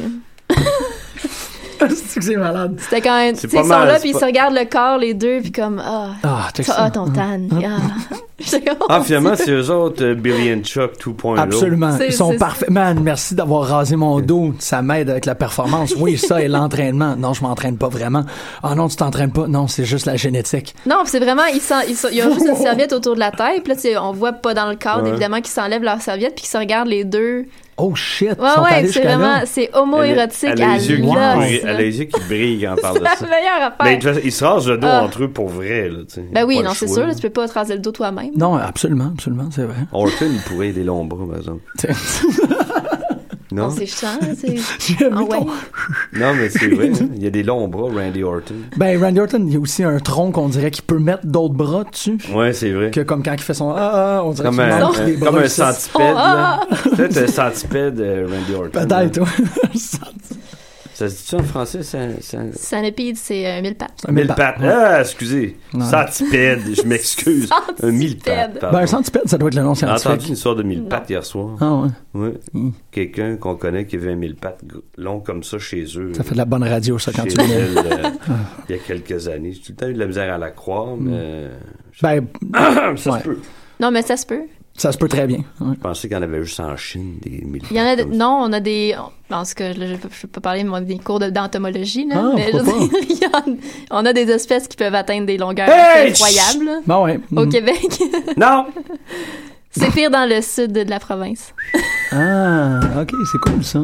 C'est que c'est malade. C'était quand même. C'est tu sais, pas Ils sont mal, là, c'est puis ils pas- se regardent le corps, les deux, puis comme ah, Ah, t'as que ça, ça. ah ton tan. ah. J'étais comme, Hein? Ah, finalement, c'est eux autres, euh, Billy and Chuck 2.0. Absolument. C'est- Ils sont c'est- parfaits. Man, merci d'avoir rasé mon dos. Ça m'aide avec la performance. Oui, ça et l'entraînement. Non, je m'entraîne pas vraiment. Ah non, tu t'entraînes pas. Non, c'est juste la génétique. Non, puis c'est vraiment, ils, s'en- ils, s'en- ils ont juste une serviette autour de la tête, puis là, tu sais, on voit pas dans le cadre, Ouais. évidemment, qu'ils s'enlèvent leur serviette, puis qu'ils se regardent les deux. Oh shit. ils Ouais, sont ouais, allés c'est jusqu'à là. vraiment, c'est Elle a- homoérotique à Elle a les yeux qui l'os, brillent- elle a là. les yeux qui brillent quand on parle de C'est ça. la meilleure Ben, affaire. de toute façon, ils se rasent le dos Ah. entre eux pour vrai, là, tu sais. Ben oui, Pas le non, c'est choix, sûr, là. là, tu peux pas te raser le dos toi-même. Non, absolument, absolument, c'est vrai. Orton, il pourrait aider l'ombre, par exemple. Non, Non, c'est chiant, c'est... J'ai Ah aimé ouais. ton- non mais c'est vrai. hein. Il y a des longs bras, Randy Orton. Ben, Randy Orton, il y a aussi un tronc qu'on dirait qu'il peut mettre d'autres bras dessus. Ouais, c'est vrai. Que comme quand il fait son ah, ah on dirait Comme qu'il un, manque un- des bras. comme un ici. centipède, Oh, ah. là. Peut-être un centipède, euh, Randy Orton. Peut-être, là. ouais. Ça se dit ça en français? Ça, ça... Sanépide, c'est un mille pattes. Un Mille mille-pattes. pattes. Ah, excusez. Centipède, je m'excuse. Un mille pattes, Ben, pardon. un centipède, ça doit être le nom J'ai entendu scientifique. une histoire de mille pattes hier soir. Ah ouais. Ouais. Quelqu'un qu'on connaît qui avait un mille pattes gr- long comme ça chez eux. Ça fait de la bonne radio, ça, quand chez tu Ah. le mets. elle, euh, il y a quelques années. J'ai tout le temps eu de la misère à la croire, Hmm. mais euh, Ben, ça Ouais. se peut. Non, mais ça se peut. ça se peut très bien. ouais. Je pensais qu'il y en avait juste en Chine, des mille Il y en a... pattes de- comme ça. Non, on a des... En ce que je ne peux pas parler de mon- des cours de- d'entomologie, là, Ah, mais je pourquoi veux dire, il y en- on a des espèces qui peuvent atteindre des longueurs Hey, assez Hmm. incroyables là, Ben ouais. au Mm. Québec. Non! c'est pire dans le sud de la province. Ah, Ah, ok, c'est cool ça.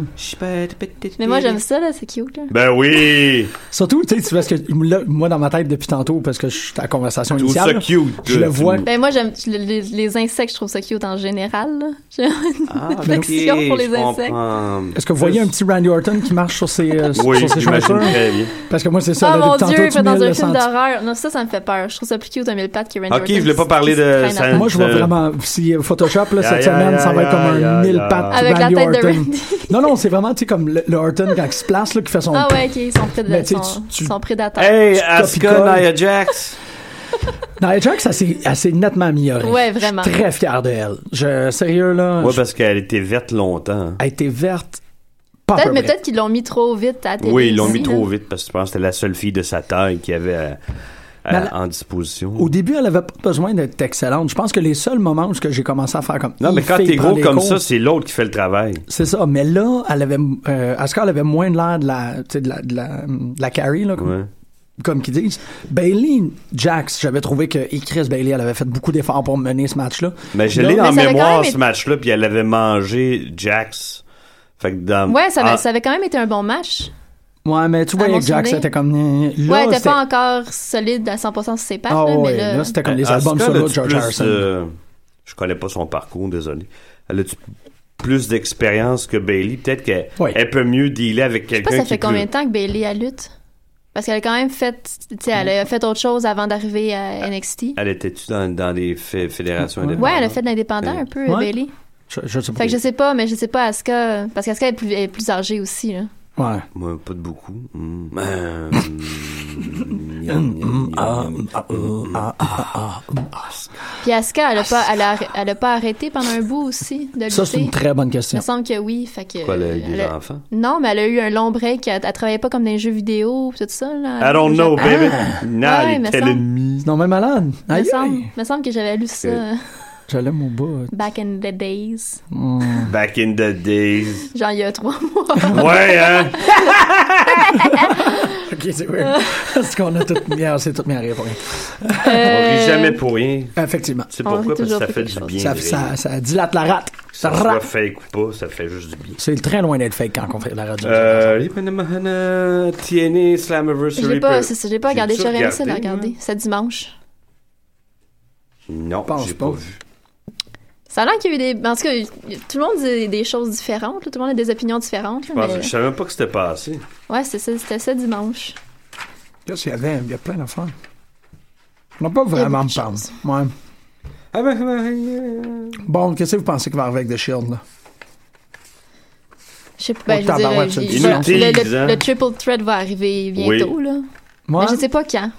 Mais moi, j'aime ça, là, c'est cute. Là. Ben oui! Surtout, tu sais, c'est parce que là, moi dans ma tête depuis tantôt, parce que je suis à la conversation Tout initiale, ça là, cute. euh, je le Tu- vois. Ben moi, j'aime je- les, les insectes, je trouve ça cute en général. là. J'ai une ben affection pour les Ah, Je insectes. comprends. Est-ce que vous voyez un petit Randy Orton qui marche sur ses, euh, sur- Oui, sur ses j'imagine chaussures? très bien. Parce que moi, c'est ça. Ah là, mon depuis dieu, tantôt, tu fait me dans un le film senti. d'horreur. Non, ça, ça me fait peur. Je trouve ça plus cute un mille pattes que Randy Ok, Orton je voulais pas qui- parler qui de traîne ça. à terre. Moi, je vois Euh, vraiment, si Photoshop, là, cette ya, ya, semaine, ça va ya, être comme ya, un mille ya. pattes Avec la Randy tête de Orton. Randy. Non, non, c'est vraiment, tu sais, comme le, le Orton quand il se place, là, qui fait son... Ah ouais, ok, ils sont, prédateurs. Ben, tu sais, sont, tu- tu- sont prédateurs. Hey, Tu copies-colles. Asuka, Nia Jax! Nia Jax, elle s'est- elle s'est nettement améliorée. Ouais, vraiment. Je suis très fier de elle. Je, sérieux, là, Ouais, Ah, je- Ah, parce qu'elle était verte longtemps. elle a été verte. Ah, Pas Peut-être, peu mais près. peut-être qu'ils l'ont mis trop vite à la télé Oui, ils l'ont aussi, mis là. trop vite parce que je pense que c'était la seule fille de sa taille qui avait euh, Mais euh, la- en disposition. Au début, elle avait pas besoin d'être excellente. Je pense que les seuls moments où ce que j'ai commencé à faire comme... Non, mais Hi, quand fille, t'es prends gros des comme cours. ça, c'est l'autre qui fait le travail. C'est ça, mais là, elle avait, euh, Asuka, elle avait moins de l'air de la, tu sais, de la, de la, de la Carrie, là, comme, Ouais. comme qu'ils disent. Bailey Jax, j'avais trouvé que et Chris Bailey, elle avait fait beaucoup d'efforts pour mener ce match-là. Mais je Non, l'ai mais en ça avait quand mémoire même ce match-là, puis elle avait mangé Jax. Fait que dans. Ouais, ça avait, en- ça avait quand même été un bon match. Ouais, mais tu voyais mon que Jax souvenir. était comme. euh, Là, ouais, t'es c'était- pas encore solide à 100% sur ses pattes, Ah là, mais ouais, là... là, c'était comme les Asuka, albums solo de elle a-tu George plus euh, Harrison. de- Je connais pas son parcours, désolé. Elle a-tu plus d'expérience que Bailey? Peut-être qu'elle Ouais. elle peut mieux dealer avec Je sais pas, quelqu'un ça qui fait peut- combien de temps que Bailey a lutte? Parce qu'elle a quand même fait, tu sais, elle a fait autre chose avant d'arriver à NXT. Elle était-tu dans, dans les fé- fédérations Ouais. indépendantes? Ouais, elle a fait de l'indépendant un peu, Ouais. Bailey. Je, je sais pas. Fait que je sais pas, mais je sais pas Asuka, parce qu'Asuka est plus, est plus âgée aussi, là. Ouais. Moi, pas de beaucoup. Mm. Euh, mm, yum, yum, Ah, yum. ah, euh, ah, ah, ah, ah. Puis Asuka, elle a pas, elle a, elle a pas arrêté pendant un bout aussi de lutter. Ça, c'est une très bonne Il question. me semble que oui, fait que... Quoi, elle a eu elle des a- enfants? Non, mais elle a eu un long break, elle, elle travaillait pas comme dans les jeux vidéo, pis tout ça, là. I don't know, Ah, baby. Ah, ouais, Non, me elle est semble. ennemie. C'est non, mais malade. me, Aïe, semble, aïe. me semble que j'avais lu ça Euh. Je l'aime au bout. back in the days. Back in the days. Genre, il y a trois mois. Ouais, hein? Ok, c'est Euh. weird. Parce qu'on a tout mis à, c'est tout mis à rire pour rien. On rit jamais pour rien. Effectivement. Tu sais Euh, On rit pourquoi? Parce que toujours ça pour fait quelque du chose. bien. Ça, de ça, rire. ça dilate la rate. Ça Que ce soit rate. fake ou pas, ça fait juste du bien. C'est très loin d'être fake quand on fait de la radio. Euh, les Panamahana, TNA, Slammiversary. Je l'ai pas, Pearl. c'est ça, je l'ai pas regardé. J'ai-tu J'aurais aimé ça de regardé, regarder. moi? C'est dimanche. Non, pense j'ai pas. pas vu. Ça a l'air qu'il y a eu des. En tout cas, tout le monde dit des choses différentes. là. Tout le monde a des opinions différentes. là, Je pense- mais- Je savais même pas que c'était passé. Ouais, c'est ça, c'était ça dimanche. Qu'est-ce qu'il y avait? Il y a plein d'affaires. On n'a pas Il y a vraiment beaucoup de de temps. choses. Ouais. Ah ben, ben, Bon, qu'est-ce que vous pensez qui va arriver avec The Shield, là? Je sais pas. ben, Oh, je veux tabarouette, dire, c'est il- une voilà, le, le- tease, hein. le triple threat va arriver bientôt, là. Moi, Mais je sais pas quand.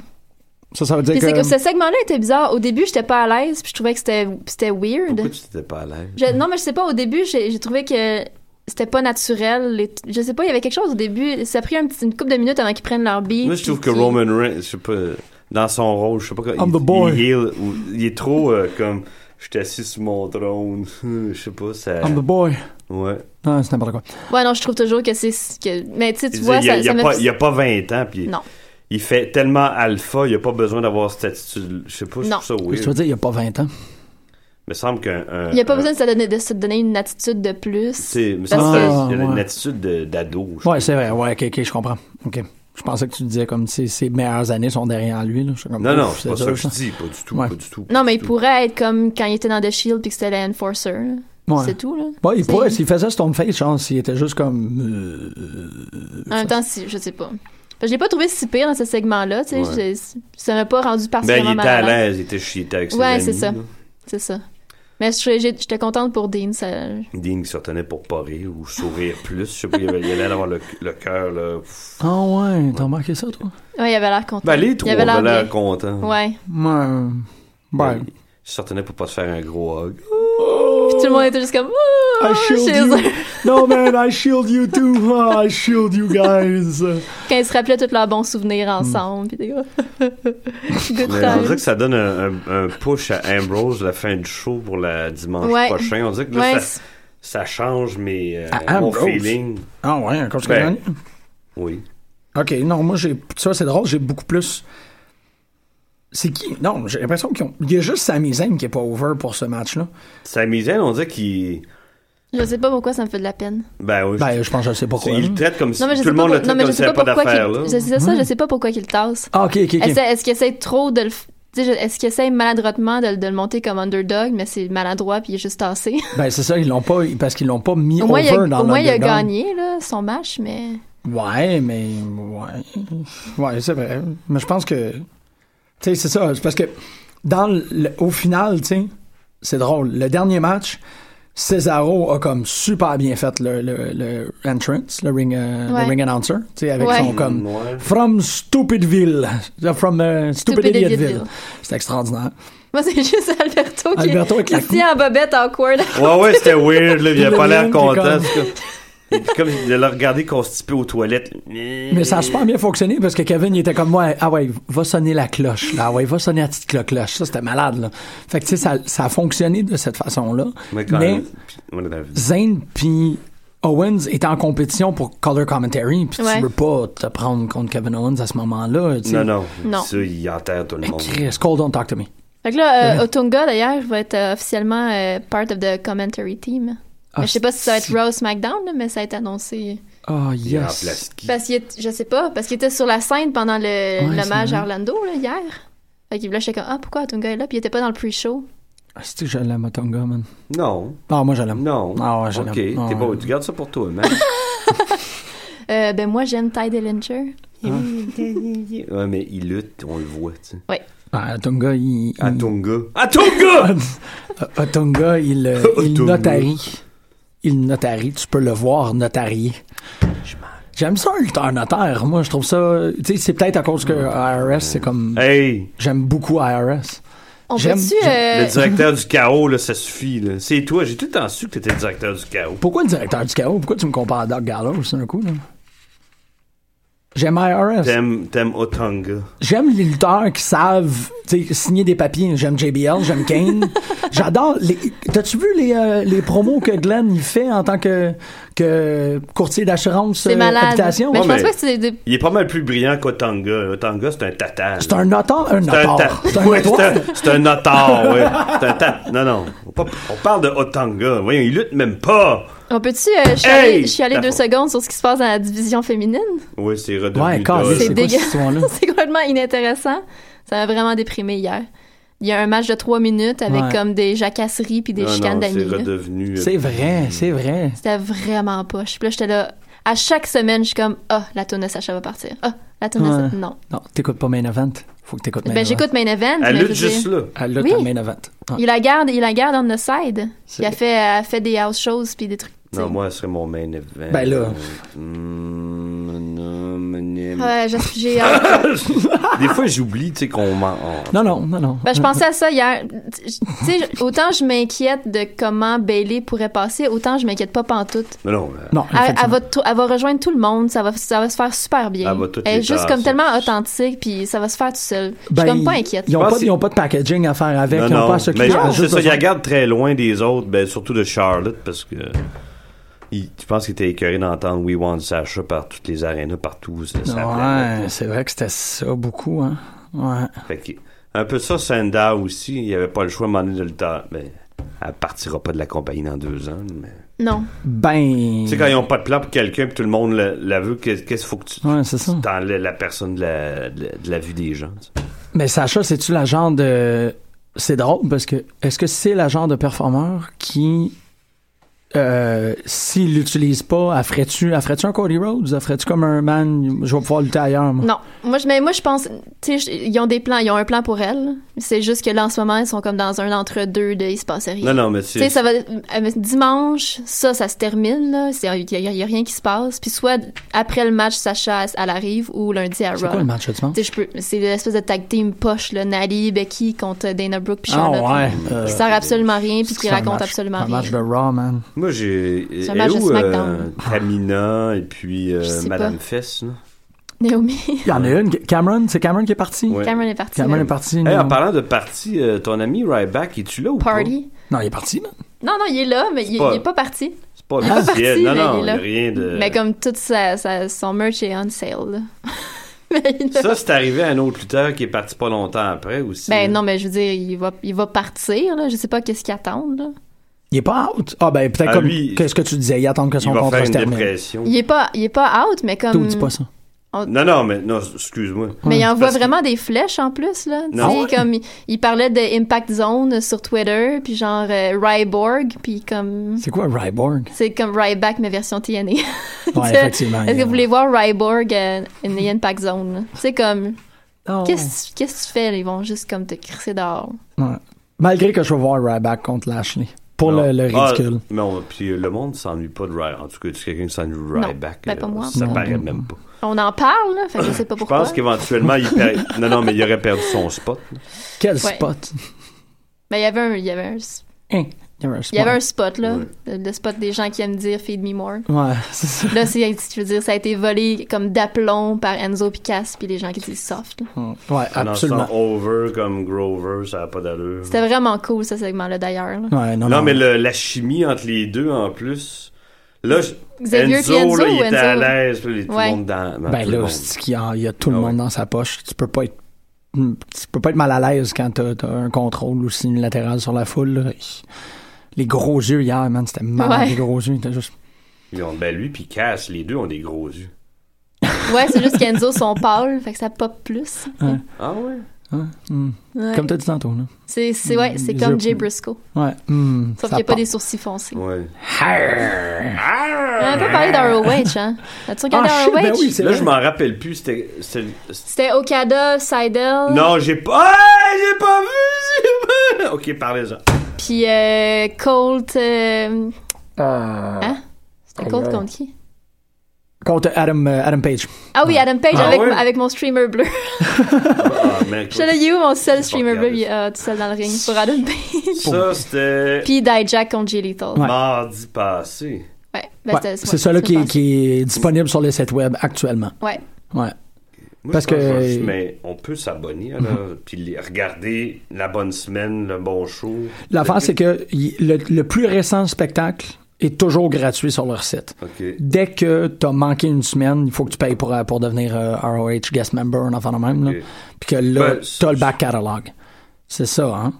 ça, ça veut dire Puis c'est que... que ce segment-là était bizarre. Au début, j'étais pas à l'aise, puis je trouvais que c'était c'était weird. Pourquoi tu t'étais pas à l'aise? Je- non, mais je sais pas, au début, j'ai j'ai trouvé que c'était pas naturel. Les- je sais pas, il y avait quelque chose au début. Ça a pris un petit- une couple de minutes avant qu'ils prennent leur beat. Moi, je trouve puis que qu'ils- Roman Reigns, je sais pas, dans son rôle, je sais pas quand I'm il, the boy. il heal ou- il est trop euh, comme je suis assis sur mon trône, je sais pas ça. I'm the boy. Ouais. Non, c'est n'importe quoi. Ouais, non, je trouve toujours que c'est. Que... Mais tu sais, tu Il vois, dit, il y a, ça, il y a ça me- pas, il y a pas 20 ans puis Non. il fait tellement alpha, il a pas besoin d'avoir cette attitude, je sais pas, je Non. trouve ça Tu veux weird. dire, il n'y a pas 20 ans. Il me semble qu'un un- Il n'y a pas un- besoin de se, donner, de se donner une attitude de plus. c'est il me Parce semble que- qu'il y a une Ah, ouais. attitude de- d'ado. je Ouais, trouve. c'est vrai. Ouais, ok, ok, je comprends. Ok. Je pensais que tu disais comme si ses meilleures années sont derrière lui, là. Je suis comme, Non ouf, non, c'est pas ça que dur, je dis, pas du tout, Ouais. pas du tout. Non, mais il du tout. pourrait être comme quand il était dans The Shield puis que c'était l'Enforcer. là. Ouais. C'est tout, là. Ouais, il C'est- pourrait, s'il faisait Stone Face, genre, s'il était juste comme. euh, En même temps, si, je sais pas. Parce que Je l'ai pas trouvé si pire dans ce segment-là, tu sais. Ouais. je- Ça m'a pas rendu Ben, il particulièrement était à mal à l'aise. l'aise, il était chié il était avec ses Ouais, amis. c'est ça. là. C'est ça. Mais je- j'ai- j'étais contente pour Dean. Ça... Dean qui se retenait pour pas rire ou sourire plus. Je sais pas, il avait- il allait avoir le, le cœur, là. pff. Ah ouais, t'as remarqué ça, toi? Ouais, il avait l'air content. Ben, les trois il avait l'air avaient l'air bien. contents. Ouais. Ouais. Ben, Il se retenait pour pas se faire un gros hug. Puis tout le monde était juste comme. Ah, I Oh, shield chez you. eux. No man, I shield you too. Ah, I shield you guys. Quand ils se rappelaient tous leurs bons souvenirs ensemble. Puis des gars. Good Mais Hmm. on dirait times. que ça donne un, un- un push à Ambrose la fin du show pour la dimanche Ouais. prochain. On dirait que là, Ouais, ça, ça change mes, euh, À mon Ambrose? feeling. Ah ouais, encore ce que Ben. Oui. Ok, non, moi j'ai ça c'est drôle, j'ai beaucoup plus. C'est qui Non, j'ai l'impression qu'ils ont. Il y a juste Sami Zayn qui est pas over pour ce match-là. Sami Zayn, on dirait qu'il. Je sais pas pourquoi ça me fait de la peine. Ben oui. Ben, je pense que je sais pas C'est- quoi. il le traite comme si Non, mais je tout le sais pas, monde pour- le non, traite mais comme je s'il sais n'y avait pas pas pourquoi d'affaires, qu'il... là. Hmm. Je sais ça, je sais pas pourquoi qu'il le tasse. Ah, ok, ok, ok. Essaie- Est-ce qu'il essaie trop de le... f- tu sais, je- Est-ce qu'il essaie maladroitement de, de le monter comme underdog, mais c'est maladroit puis il est juste tassé? Ben, c'est ça, ils l'ont pas, parce qu'ils l'ont pas mis Au moins, il a, over dans au moins, il a l'Underground. gagné là, son match, mais... Ouais, mais ouais. Ouais, c'est vrai. Mais je pense que. Tu sais, c'est ça. C'est parce que dans le, au final, tu sais, c'est drôle. Le dernier match, Cesaro a comme super bien fait le, le, le entrance, le ring, euh, le Ouais. ring announcer. Tu sais, avec Ouais. son comme. Ouais. From Stupidville. From euh, Stupid, Stupid Idiotville. Idiotville. C'est extraordinaire. Moi, c'est juste Alberto qui, Alberto avec qui la se tient en bobette awkward. Ouais, ouais, c'était weird, là. Il a Le pas l'air lien, t'es content. comme- c'est comme- Et puis comme de le regarder constipé aux toilettes. Mais ça a super bien fonctionné parce que Kevin, il était comme moi. Ah ouais, va sonner la cloche. Là. Ah ouais, va sonner la petite cloche. Ça, c'était malade. Là. Fait que, tu sais, ça, ça a fonctionné de cette façon-là. Mais quand Mais même. puis- on est dans- Zayn puis Owens étaient en compétition pour color commentary. Puis Ouais. tu veux pas te prendre contre Kevin Owens à ce moment-là. tu sais. Non, non. Non. Ça, il enterre tout le monde. Chris, Cole, don't talk to me. Fait que là, euh, Otunga, d'ailleurs, va être euh, officiellement euh, part of the commentary team. Ah, mais je sais pas si ça va être si. Raw ou SmackDown, là, mais ça a été annoncé. Oh, Il yes. remplace qui? Parce qu'il est- je sais pas, parce qu'il était sur la scène pendant le Ouais, l'hommage c'est à vrai. Orlando, là, hier. Fait qu'il là, j'étais comme, ah, pourquoi Otunga est là? Puis il était pas dans le pre-show. Ah, C'est-tu que je l'aime, Otunga, man? Non. Ah, moi, je l'aime. Non. Ah ouais, je Ok, t'es l'aime. Ah bon. ouais. Tu gardes ça pour toi, man. Euh, ben, moi, j'aime Ty Dillinger. ouais, mais il lutte, on le voit, tu sais. Ah, Otunga, il... il- Atunga. Atunga! Otunga, il, euh, il Otunga. notarie. Il notarie. Tu peux le voir notarié. J'aime ça, un lutteur notaire. Moi, je trouve ça. Tu sais, c'est peut-être à cause que IRS, c'est comme. Hey! J'aime beaucoup IRS. On J'aime- peut-tu... j'aime- euh, Le directeur du chaos, là, ça suffit, là. C'est toi, j'ai tout le temps su que t'étais le directeur du chaos. Pourquoi le directeur du chaos Pourquoi tu me compares à Doc Gallows d'un coup, là? J'aime IRS. T'aimes, t'aimes Otunga. J'aime les lutteurs qui savent tu sais, signer des papiers. J'aime JBL, j'aime Kane. J'adore les. T'as-tu vu les, euh, les promos que Glenn il fait en tant que, que courtier d'assurance c'est euh, malade. habitation? Mais je Ouais, pense mais- pas que c'est... des- Il est pas mal plus brillant qu'Otanga. Otanga, c'est un tatar. C'est un notaire. Un C'est un notaire. ta- C'est un Ouais, notoire. c'est un- C'est un notar, ouais. C'est un ta- Non, non. On, pas- on parle de Otanga. Voyons, il lutte même pas. On peut-tu euh, chialer, Hey! chialer deux D'accord. secondes sur ce qui se passe dans la division féminine? Ouais, c'est redevenu. Ouais, dole. calé, C'est c'est quoi dégueu. cette histoire-là? c'est complètement inintéressant. Ça m'a vraiment déprimé hier. Il y a un match de trois minutes avec Ouais. comme des jacasseries puis des Non, chicanes non, c'est d'amis. là. redevenu. euh, C'est vrai, c'est vrai. C'était vraiment poche. Puis là, j'étais là. À chaque semaine, je suis comme Ah, la tournée Sacha va partir. Ah, la tournée Ouais. Sacha. Non. Non, t'écoutes pas Main Event. Faut que t'écoutes Main ben, Event. j'écoute Main Event. mais je Elle lutte veux dire, juste là. Ah, là, Oui. t'as Main Event. Ah. Il la garde, il la garde on the side. C'est Il a vrai. fait, elle a fait des house shows puis des trucs. tu sais. Non, moi, ce serait mon main event. Ben là. Hmm, non, mais- Ouais, Ah, je- j'ai hâte. mm, Des fois, j'oublie, tu sais, qu'on m'en. on- Non, non, non, non. Ben, je pensais à ça hier. Tu sais, autant je m'inquiète de comment Bailey pourrait passer, autant je m'inquiète pas pantoute. Non, non. euh, Non, Elle, elle effectivement. va tou- elle va rejoindre tout le monde, ça va, ça va se faire super bien. Elle va toutes est les juste faire, comme ça. tellement authentique, puis ça va se faire tout seul. Je Ben, suis comme pas ils- inquiète. Ils ont Je pas, pense ils ont pas de packaging à faire avec. Non, ils ont non, pas à s'occuper. mais ils ont c'est juste ça, il besoin- regarde très loin des autres, ben, surtout de Charlotte, parce que il, tu penses qu'il était écœuré d'entendre We Want Sasha par toutes les arénas, partout. Ça, ça venait. Ouais, c'est vrai que c'était ça beaucoup, hein. Ouais. Fait que, un peu ça, Sandow aussi, il avait pas le choix à un moment donné, de le temps. Ben, elle partira pas de la compagnie dans deux ans. Mais... Non. Ben. Tu sais, quand ils ont pas de plan pour quelqu'un, puis tout le monde la, la veut, qu'est- qu'est-ce qu'il faut que tu. Ouais, c'est ça. T'enlèves la personne de la, de la- de la vue des gens. tu sais. Mais Sacha, c'est-tu la genre de. C'est drôle parce que est-ce que c'est la genre de performeur qui. Euh, S'il l'utilise pas, elle ferait-tu elle ferait-tu un Cody Rhodes? Elle ferait-tu comme un man, je vais pouvoir lutter ailleurs, moi? Non. Moi, je, mais moi, je pense, tu sais, je- ils ont des plans, ils ont un plan pour elle. C'est juste que là, en ce moment, ils sont comme dans un entre-deux de il se passe rien. Non, non, mais Tu sais, c'est. ça va. euh, Dimanche, ça, ça se termine, là. Il y, a- y a rien qui se passe. Puis soit après le match, Sacha, elle arrive, ou lundi à Raw. C'est quoi le match, tu penses? Tu sais, je peux- C'est l'espèce de tag team poche, là. Nally, Becky contre Dana Brooke, puis Ah Charlotte. ouais. euh, Qui sert absolument rien, puis qui c'est un raconte match- absolument Un rien. match de Raw, man. Moi, j'ai. C'est un et match de où, euh, SmackDown. Tamina et puis euh, Je sais Madame pas. Fess, là? Naomi. Il y en a une. Cameron, c'est Cameron qui est parti? Ouais. Cameron est parti. Cameron est parti. Hey, en non. parlant de partie, euh, ton ami Ryback, es-tu là ou pas? Party. Non, il est parti, man. Non, non, il est là, mais il, pas- il est pas parti. C'est pas pas officiel. Ah, parti, non, mais non, il est y a là. rien de. Mais comme tout sa, sa- son merch est on sale. là. mais il a- Ça, c'est arrivé à un autre lutteur qui est parti pas longtemps après aussi. ben non, mais je veux dire, il va, il va partir, là. Je sais pas qu'est-ce qu'il attend, là. Il est pas out. Ah, ben, peut-être Ah, comme lui, que ce que tu disais, il attend que Il son va contrat faire se une termine. dépression. Il est pas, il est pas out, mais Tout, comme. dis pas ça. Non, non, mais non, excuse-moi. Mais il envoie Parce que- vraiment des flèches en plus, là. Tu Non. Ah sais, comme il, il parlait de Impact Zone sur Twitter, puis genre euh, Ryborg, puis comme. C'est quoi Ryborg? C'est comme Ryback, mais version TNA. Ouais, C'est- effectivement. Est-ce que il- vous voulez voir Ryborg à une Impact Zone? là? C'est comme. Oh. Oh, Non. Qu'est-ce qu'est-ce que tu fais? là? Ils vont juste comme te crisser dehors. Ouais. Malgré que je vais voir Ryback contre Lashley. Pour Non. le, le Ah, ridicule. mais on- puis le monde s'ennuie pas de Ryback. En tout cas, tu quelqu'un qui s'ennuie de Non, Ryback. ben pas euh, moi. Ça Non. paraît même pas. On en parle, là. Fait que je sais pas Je pourquoi. pense qu'éventuellement, il per- non, non, mais il aurait perdu son spot. Quel Ouais. spot. Mais il y avait un, il y avait un, Hein, Il y avait un spot. il y avait un spot, là. Ouais. Le, le spot des gens qui aiment dire Feed Me More. Ouais, c'est ça. Là, c'est, je veux dire, ça a été volé comme d'aplomb par Enzo Picasso puis les gens qui disent soft. là. Ouais, En absolument. instant, over comme Grover, ça n'a pas d'allure. C'était vraiment cool, ce segment-là, d'ailleurs. là. Ouais, non, Non, mais le- la chimie entre les deux, en plus. Là, je- Xavier Enzo, puis Enzo là, il ou était à Enzo? l'aise. puis les- Tout Ouais. le monde dans. dans Ben tout le là, monde. c'est qu'il y a- il y a tout le Ah monde ouais. dans sa poche. Tu peux pas être tu peux pas être mal à l'aise quand t'as t'as un contrôle aussi unilatéral sur la foule. là. Les gros yeux hier, man, c'était malade Ouais. les gros yeux. T'as juste... Ils ont- ben lui, puis Cass, les deux ont des gros yeux. Ouais, c'est juste qu'Enzo sont pâles, fait que ça pop plus. Ah ouais? hein, hmm. Ouais. Comme t'as dit tantôt, là. C'est, c'est, ouais, c'est comme Jay Briscoe. Ouais. hmm, Sauf ça Ah, qu'il n'y a pas part. des sourcils foncés. Ouais. On a un peu parlé d'ROH, hein? As-tu regardé Ah, shit, ROH? ben oui, c'est Là, vrai. je m'en rappelle plus. C'était. c'était- c'était- C'était Okada, Seidel, Non, j'ai pas. Ah, j'ai pas vu! J'ai pas... Ok, parlez-en. puis euh, Colt... euh, Euh, hein? C'était Colt contre qui? Contre Adam, euh, Adam Page. Ah oui, Adam Page Ah avec, ouais? avec mon streamer bleu. Ah, mec. Je là, il est où mon Faut seul streamer bleu? regarder Il est euh, tout seul dans le ring pour Adam Page. Ça, c'était. puis Dijak contre Jay Lethal. Ouais. Mardi passé. Ouais, Ouais, ben, c'était- c'est ça là c'était qui, est- passé. qui est disponible sur le site web actuellement. Ouais. Ouais. Moi, Parce je pense que- Mhm. je- Mais on peut s'abonner, là, puis les- regarder la bonne semaine, le bon show. L'affaire, c'est que y- le, le plus récent spectacle est toujours gratuit sur leur site. OK. Dès que t'as manqué une semaine, il faut que tu payes pour, euh, pour devenir euh, ROH guest member, un enfant de même. là. Ok. Puis que là, Ben, t'as le back catalogue. C'est ça, hein?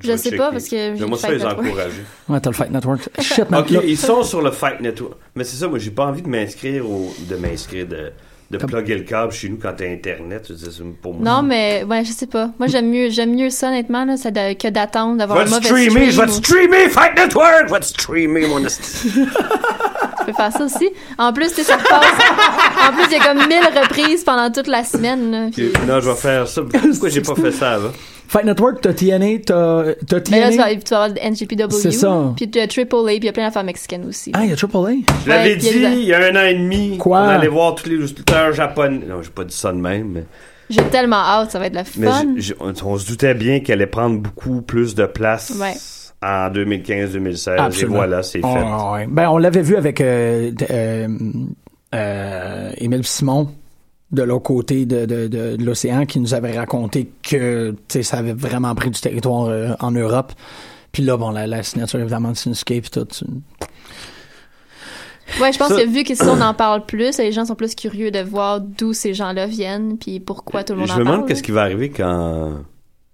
Je vais sais checker. pas, parce que j'ai Mais moi, le ça, Fight les Network. encourager. Ouais, t'as le Fight Network. Shit, man. OK, là- ils sont sur le Fight Network. Mais c'est ça, moi, j'ai pas envie de m'inscrire au... de m'inscrire, de, de plugger le câble chez nous quand t'as Internet. Je veux dire, c'est pour moi. Non, mais ouais, je sais pas. Moi, j'aime mieux, j'aime mieux ça, honnêtement, là, ça de- que d'attendre d'avoir Va un te mauvais streamer, je stream vais te ou- streamer, Fight Network! Je vais te streamer, mon esti. Tu peux faire ça aussi. En plus, tu sais, ça passe. En plus, il y a comme 1000 reprises pendant toute la semaine. là, puis- Ok, Non, je vais faire ça. Pourquoi j'ai pas fait ça avant? Fight Network, t'as TNA, t'as t'as Mais là, TNA. tu vas, tu vas avoir le NGPW. C'est ça. Puis tu as AAA, puis il y a plein d'affaires mexicaines aussi. ah, il y a AAA. Je l'avais Ouais, dit puis il y a- il y a un an et demi. Quoi? On allait voir tous les lutteurs japonais. Non, j'ai pas dit ça de même, mais. J'ai tellement hâte, ça va être la Mais fun. j- j- on, on se doutait bien qu'elle allait prendre beaucoup plus de place Ouais. en 2015-2016. Euh, Et Absolument. voilà, c'est fait. Oh, ouais. Ben, on l'avait vu avec euh, d- euh, euh, Émile Simon de l'autre côté de, de- de- de l'océan qui nous avait raconté que tu sais, ça avait vraiment pris du territoire euh, en Europe. Puis là, bon, la, la signature évidemment de Shinsuke puis tout. tu- Ouais, je pense Ça- que vu que si on en parle plus, les gens sont plus curieux de voir d'où ces gens-là viennent, puis pourquoi tout le monde Euh, je en me parle. demande qu'est-ce là. qui va arriver quand.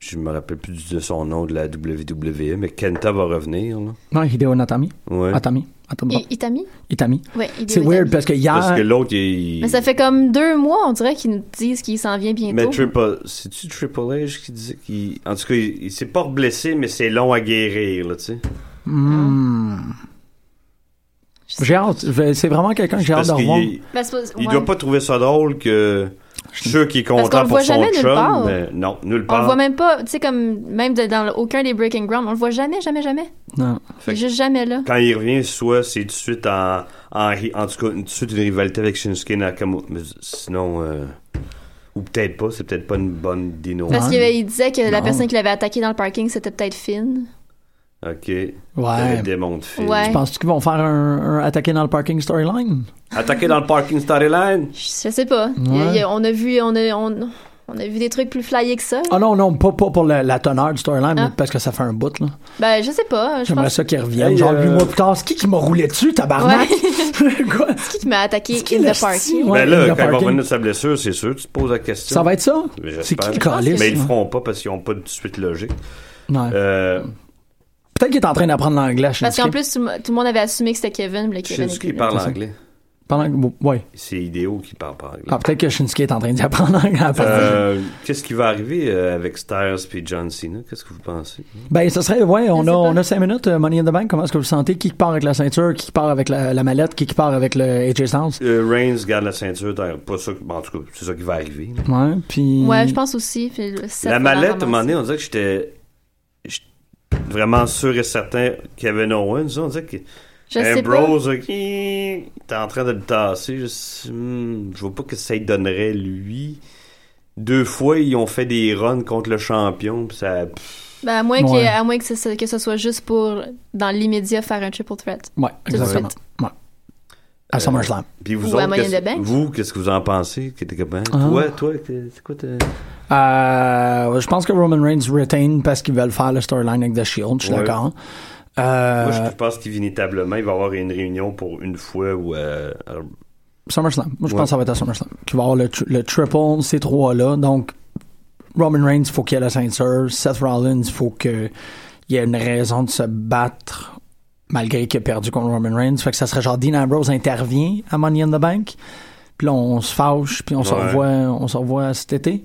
Je me rappelle plus de son nom de la WWE, mais Kenta va revenir. Là. Non, Hideo Natami. Ouais. Ah, Atami. Atami. I- Itami? Itami. Ouais, Hideo C'est Itami. weird parce que hier. Parce que l'autre, il. Mais ça fait comme deux mois, on dirait qu'ils nous disent qu'il s'en vient bientôt. Mais Triple, c'est-tu Triple H qui disait qu'il. En tout cas, il, il s'est pas blessé, mais c'est long à guérir, là, tu sais. Hmm. J'ai hâte. Je- C'est vraiment quelqu'un que Ah, j'ai hâte Parce de qu'il revoir. est- Ben, c'est pas- il ouais. doit pas trouver ça drôle que. Je suis sûr qu'il est qu'on content le pour voit son jamais nulle part. chum, mais non, nulle On part. le voit même pas, tu sais, comme même de- dans aucun des Breaking Ground, on le voit jamais, jamais, jamais. Non. Il est juste jamais là. Quand il revient, soit c'est tout de suite en, en, ri- en tout cas, tout de suite une rivalité avec Shinsuke Nakamura. Mais sinon, euh, ou peut-être pas, c'est peut-être pas une bonne dino. Parce qu'il il disait que la Non. personne qui l'avait attaqué dans le parking, c'était peut-être Finn. Ok. Ouais. Le démon de Phil. Ouais. Penses-tu qu'ils vont faire un, un attaquer dans le parking storyline? Attaqué dans le parking storyline. Je sais pas. Il- Ouais. il- on a vu, on a, on, on a vu des trucs plus flyés que ça. Ah non, non, pas, pas pour la, la teneur du storyline, Ah. mais parce que ça fait un bout, là. Ben, je sais pas. Je J'aimerais pense ça qu'il revienne. Hey, genre, euh, huit mois plus tard, c'est qui qui m'a roulé dessus, tabarnak? Quoi? qui m'a attaqué C'est qui in le the parking. style? Ouais, ben là, le quand il va parking. revenir de sa blessure, c'est sûr, tu te poses la question. Ça va être ça? Mais j'espère. C'est qui le calice? Mais ils le là? Euh. feront pas parce qu'ils ont pas de suite logique. Non. Euh, Peut-être qu'il est en train d'apprendre l'anglais. Parce Shinsuke. qu'en plus, tout, le- tout le monde avait assumé que c'était Kevin. mais Kevin Shinsuke, était il parle c'est ça. anglais. Pendant que- ouais. C'est Idéo qui parle pas anglais. Ah, peut-être que Shinsuke est en train d'y apprendre l'anglais. à partir de- Euh, Qu'est-ce qui va arriver euh, avec Stairs puis John Cena? Qu'est-ce que vous pensez? Ben, ce serait, ouais, on sais a, pas. on a cinq minutes, euh, Money in the Bank. Comment est-ce que vous sentez? Qui part avec la ceinture? Qui part avec la, la mallette? Qui part avec le AJ Styles? Euh, Reigns garde la ceinture, t'as pas ça, que- bon, en tout cas, c'est ça qui va arriver. là. Ouais, puis. Ouais, je pense aussi. Puis le set, La on mallette, à un ramassé. moment donné, on dirait que j'étais j'étais vraiment sûr et certain Kevin Owens, on dirait que Je sais pas. Ambrose, là, qui- t'es en train de le tasser, je, sais- hmm, je vois pas que ça lui donnerait lui. Deux fois, ils ont fait des runs contre le champion, puis ça... pff, Ben, à moins, qu'il y Ouais. ait- à moins que, ce, que ce soit juste pour, dans l'immédiat, faire un triple threat. Ouais, de exactement. Ouais. Euh. À SummerSlam. Puis vous Ou à autres, Money in qu'est-ce- the Bank. vous, qu'est-ce que vous en pensez? Qui était comment? Ah. Toi, toi, que- c'est quoi ta- Euh, je pense que Roman Reigns retain parce qu'ils veulent faire le storyline avec The Shield. Je suis Ouais. d'accord. Euh, Moi, je pense qu'inévitablement, il va y avoir une réunion pour une fois où... euh, SummerSlam. Moi, je Ouais. pense que ça va être à SummerSlam. Qui va avoir le, tr- le triple, ces trois-là. Donc, Roman Reigns, faut qu'il ait la ceinture. Seth Rollins, faut qu'il y ait une raison de se battre malgré qu'il a perdu contre Roman Reigns. Fait que ça serait genre Dean Ambrose intervient à Money in the Bank. Puis là, on se fâche, puis on se Ouais. revoit, on se revoit cet été.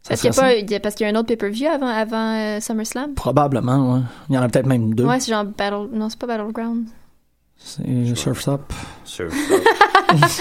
Ça Parce qu'il y a serait pas- ça. il y a- parce qu'il y a un autre pay-per-view avant, avant euh, SummerSlam. Probablement, ouais. Il y en a peut-être même deux. Ouais, c'est genre Battle. Non, c'est pas Battleground. C'est Surf's Up. sur-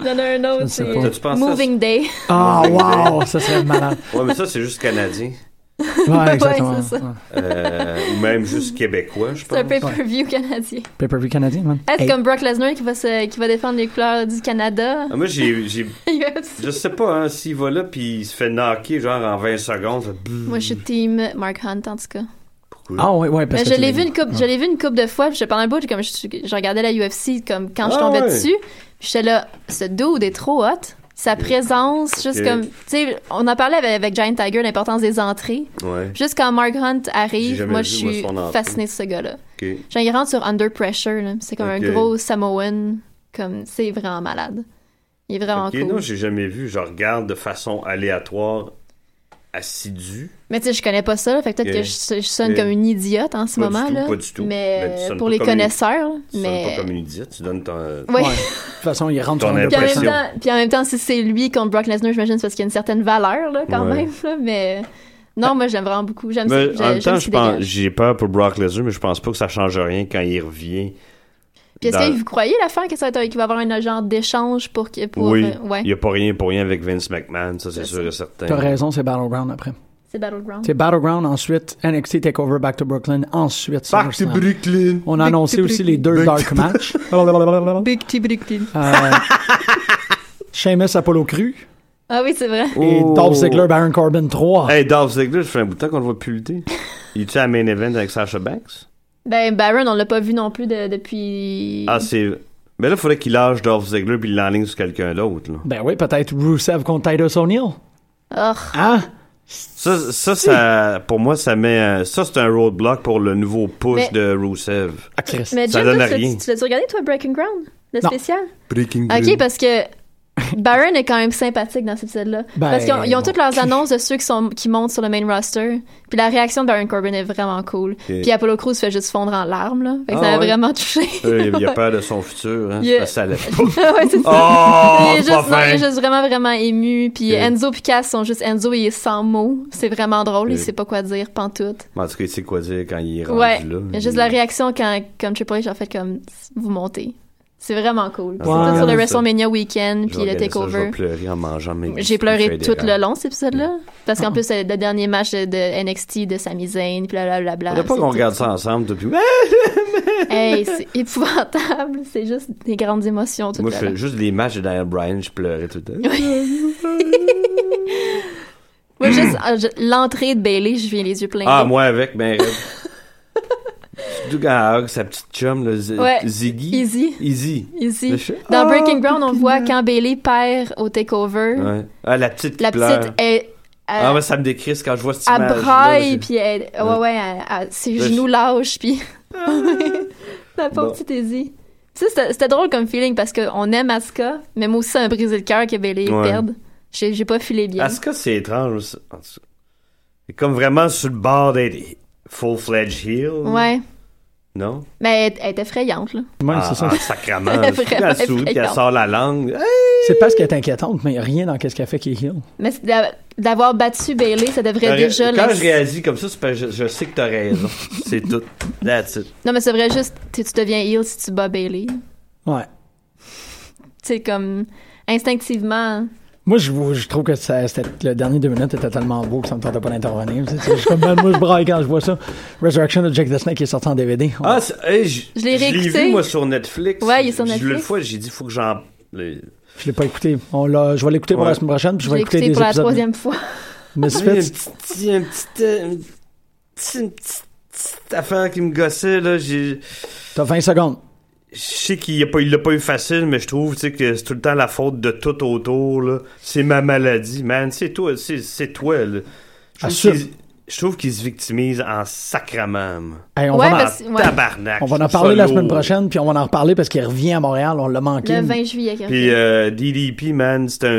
Il y en a un Je autre, sais pas. T'as-tu pensé à ça? Moving Day. Ah, wow! ça serait malade. Ouais, mais ça, c'est juste canadien. Ouais, exactement. c'est ça. Ouais. Euh, ou même juste québécois, je pense. C'est un pay-per-view canadien. Pay-per-view canadien, man. Ah, c'est Hey. comme Brock Lesnar qui va, se- qui va défendre les couleurs du Canada. Ah, moi, j'ai, j'ai- Il y a aussi- je sais pas, hein, s'il va là puis il se fait knocker genre en 20 secondes. ça- Moi, je suis team Mark Hunt, en tout cas. Pourquoi? Ah, ouais, ouais. Parce Mais que je tu l'ai l'as vu une coupe, je l'ai vu une coupe de fois, puis je pendant un bout, j'ai comme je, je regardais la UFC comme quand je Ah tombais ouais. dessus, puis j'étais là, ce dude est trop hot. Sa présence, juste Ok. comme, tu sais, on en parlait avec, avec Giant Tiger, l'importance des entrées. Ouais, Juste quand Mark Hunt J'ai arrive, jamais moi, vu, je moi, suis son entrée. fascinée de ce gars-là. ok. Genre, il rentre sur Under Pressure, là. C'est comme Ok. un gros Samoan, comme, c'est vraiment malade. Il est vraiment Ok, cool. non, j'ai jamais vu. Je regarde de façon aléatoire, assidue. Mais tu sais, je connais pas ça, là, fait que peut-être Ok. que je, je sonne Ok. comme une idiote en ce Pas du moment, tout, là. pas du tout. Mais Ben, tu sonnes pour pas les comme une- connaisseurs, Tu sonnes mais. pas comme une idiot, tu donnes ton. Ouais. Ouais. De toute façon, il rentre Ton sur le Puis en, même Impression. temps, puis en même temps, si c'est lui contre Brock Lesnar, j'imagine, c'est parce qu'il y a une certaine valeur, là, quand Ouais. même. là, mais non, moi, j'aime vraiment beaucoup. J'aime ça. Mais en même j'aime temps, ce je qu'il pense, dégage. j'ai peur pour Brock Lesnar, mais je pense pas que ça change rien quand il revient. Puis est-ce dans- que vous croyez l'affaire que ça va être- qu'il va y avoir un genre d'échange pour. que- pour oui, euh, ouais. il y a pas rien pour rien avec Vince McMahon, ça c'est Je sûr sais. et certain. T'as raison, c'est Battleground après. C'est Battleground. C'est Battleground, ensuite NXT TakeOver Back to Brooklyn, ensuite SummerSlam. Brooklyn. On a annoncé aussi les deux Dark Match. Big T Brooklyn. Seamus Apollo Cru Ah oui, c'est vrai. et Dolph Ziggler Baron Corbin 3. Oh. Hey, Dolph Ziggler, ça fait un bout de temps qu'on le voit plus lutter. Il est-tu à la main event avec Sasha Banks? Ben, Baron, on l'a pas vu non plus de- depuis. Ah, c'est. Mais là, il faudrait qu'il lâche Dolph Ziggler puis il l'enligne sur quelqu'un d'autre. là. Ben oui, peut-être Rusev contre Titus O'Neill. Urgh. Hein? Ça, ça, ça, pour moi, ça met. un- Ça, c'est un roadblock pour le nouveau push Mais- de Rusev. Ah, Chris. Mais Ça Jim, donne toi, tu rien. l'as- tu l'as-tu regardé, toi, Breaking Ground? Le Non. spécial? OK, parce que Baron est quand même sympathique dans cet épisode-là. Ben, parce qu'ils ont, ils ont bon. toutes leurs annonces de ceux qui, sont, qui montent sur le main roster. Puis la réaction de Baron Corbin est vraiment cool. Puis Apollo Crews fait juste fondre en larmes, là. Fait que Ah ça m'a ouais? vraiment touché. Euh, il a peur de son futur, hein. Yeah. parce que Ça l'est pas. ouais, c'est ça. Oh, il, est juste, pas non, il est fin. juste vraiment, vraiment ému. Puis Ok. Enzo et Cass sont juste... Enzo, il est sans mots. C'est vraiment drôle. Il Ok. sait pas quoi dire, pantoute. En tout cas, il sait quoi dire quand il est rendu ouais. là. Il y a juste la réaction quand, comme Triple H, en fait, comme... Vous montez. C'est vraiment cool. Puis Ouais. c'est tout sur le Ah, Ça- WrestleMania weekend, Je vais puis le regarder ça, Je TakeOver. vais pleurer en mangeant mes J'ai pleuré mes tout le fédérales. long, cet épisode-là. Parce qu'en plus, c'est le dernier match de, de NXT de Sami Zayn, puis blablabla. Faudrait pas c'est qu'on tout. regarde ça ensemble depuis. Hey, c'est épouvantable. C'est juste des grandes émotions tout Moi, le je temps. fais juste les matchs de Daniel Bryan, je pleurais tout le temps. Moi, juste euh, je- l'entrée de Bailey, je viens les yeux pleins. Ah, d'eau. moi avec, ben. raide. Surtout quand elle hug sa petite chum, le Z- Ouais. Ziggy. Easy, Easy. easy. Le chat. Dans Breaking Ground, on voit quand Bailey perd au takeover, Ouais. Ah, la petite qui la pleure. petite est euh, Ah, à ouais, ça me décrisse quand je vois cette elle image. braille, puis elle, ouais, ouais, elle- elle- ses Là, je- Ah. genoux lâchent, puis la pauvre Bon. petite Izzy. Tu sais, c'était- c'était drôle comme feeling parce qu'on aime Asuka, mais moi aussi, ça m'a brisé le cœur que Bailey Ouais. perde. J'ai Ah, j'ai pas filé bien. Asuka, c'est étrange. ça. En tout cas. C'est comme vraiment sur le bord d'être Full-fledged heel? Ouais. Non? Mais elle, elle est effrayante, là. Ouais, ah, c'est ça. ah, sacrament. Vraiment Surtout quand elle sourit, qu'elle effrayant. sort la langue. C'est parce qu'elle est inquiétante, mais rien dans qu'est-ce qu'elle fait qui est heal. Mais c'est d'a- d'avoir battu Bailey, ça devrait T'aurais- déjà... Quand la- je réagis comme ça, c'est parce que je, je sais que t'as raison. c'est tout. That's it. Non, mais ça devrait juste... Tu tu deviens heel si tu bats Bailey. Tu Ouais. sais, comme... Instinctivement... Moi, je, vous- je trouve que ça, c'était- le dernier deux minutes était tellement beau que ça me tentait pas d'intervenir. C'est- c'est- Je suis comme, ben, moi, je braille quand je vois ça. Resurrection de Jack the Snake qui est sorti en DVD. On- Ah, c'est- hey, je, Je l'ai réécouté. vu, moi, sur Netflix. Ouais, il est sur Je- Netflix. L'autre fois, j'ai dit, faut que j'en. les- Je l'ai pas écouté. On l'a, je vais l'écouter pour Ouais. la semaine prochaine, puis je Je vais l'ai écouter écouté des pour la épisodes. troisième fois. Il y a un Misfits. petit, petit- un petit, euh, un petit- une petite, petite affaire qui me gossait, là. J'ai- T'as 20 secondes. Je sais qu'il a pas- il l'a pas eu facile, mais je trouve, tu sais, que c'est tout le temps la faute de tout autour, là. C'est ma maladie, man. C'est toi, c'est c'est toi, là. Je trouve Assume. qu'il- Je trouve qu'il se victimise en sacrament. moi. Hey, on, Ouais, va en, parce- En tabarnak. on va Je en trouve ça parler la lourd. semaine prochaine, puis on va en reparler parce qu'il revient à Montréal. On l'a manqué. Le 20 juillet. quelque Puis euh, DDP, man, c'est un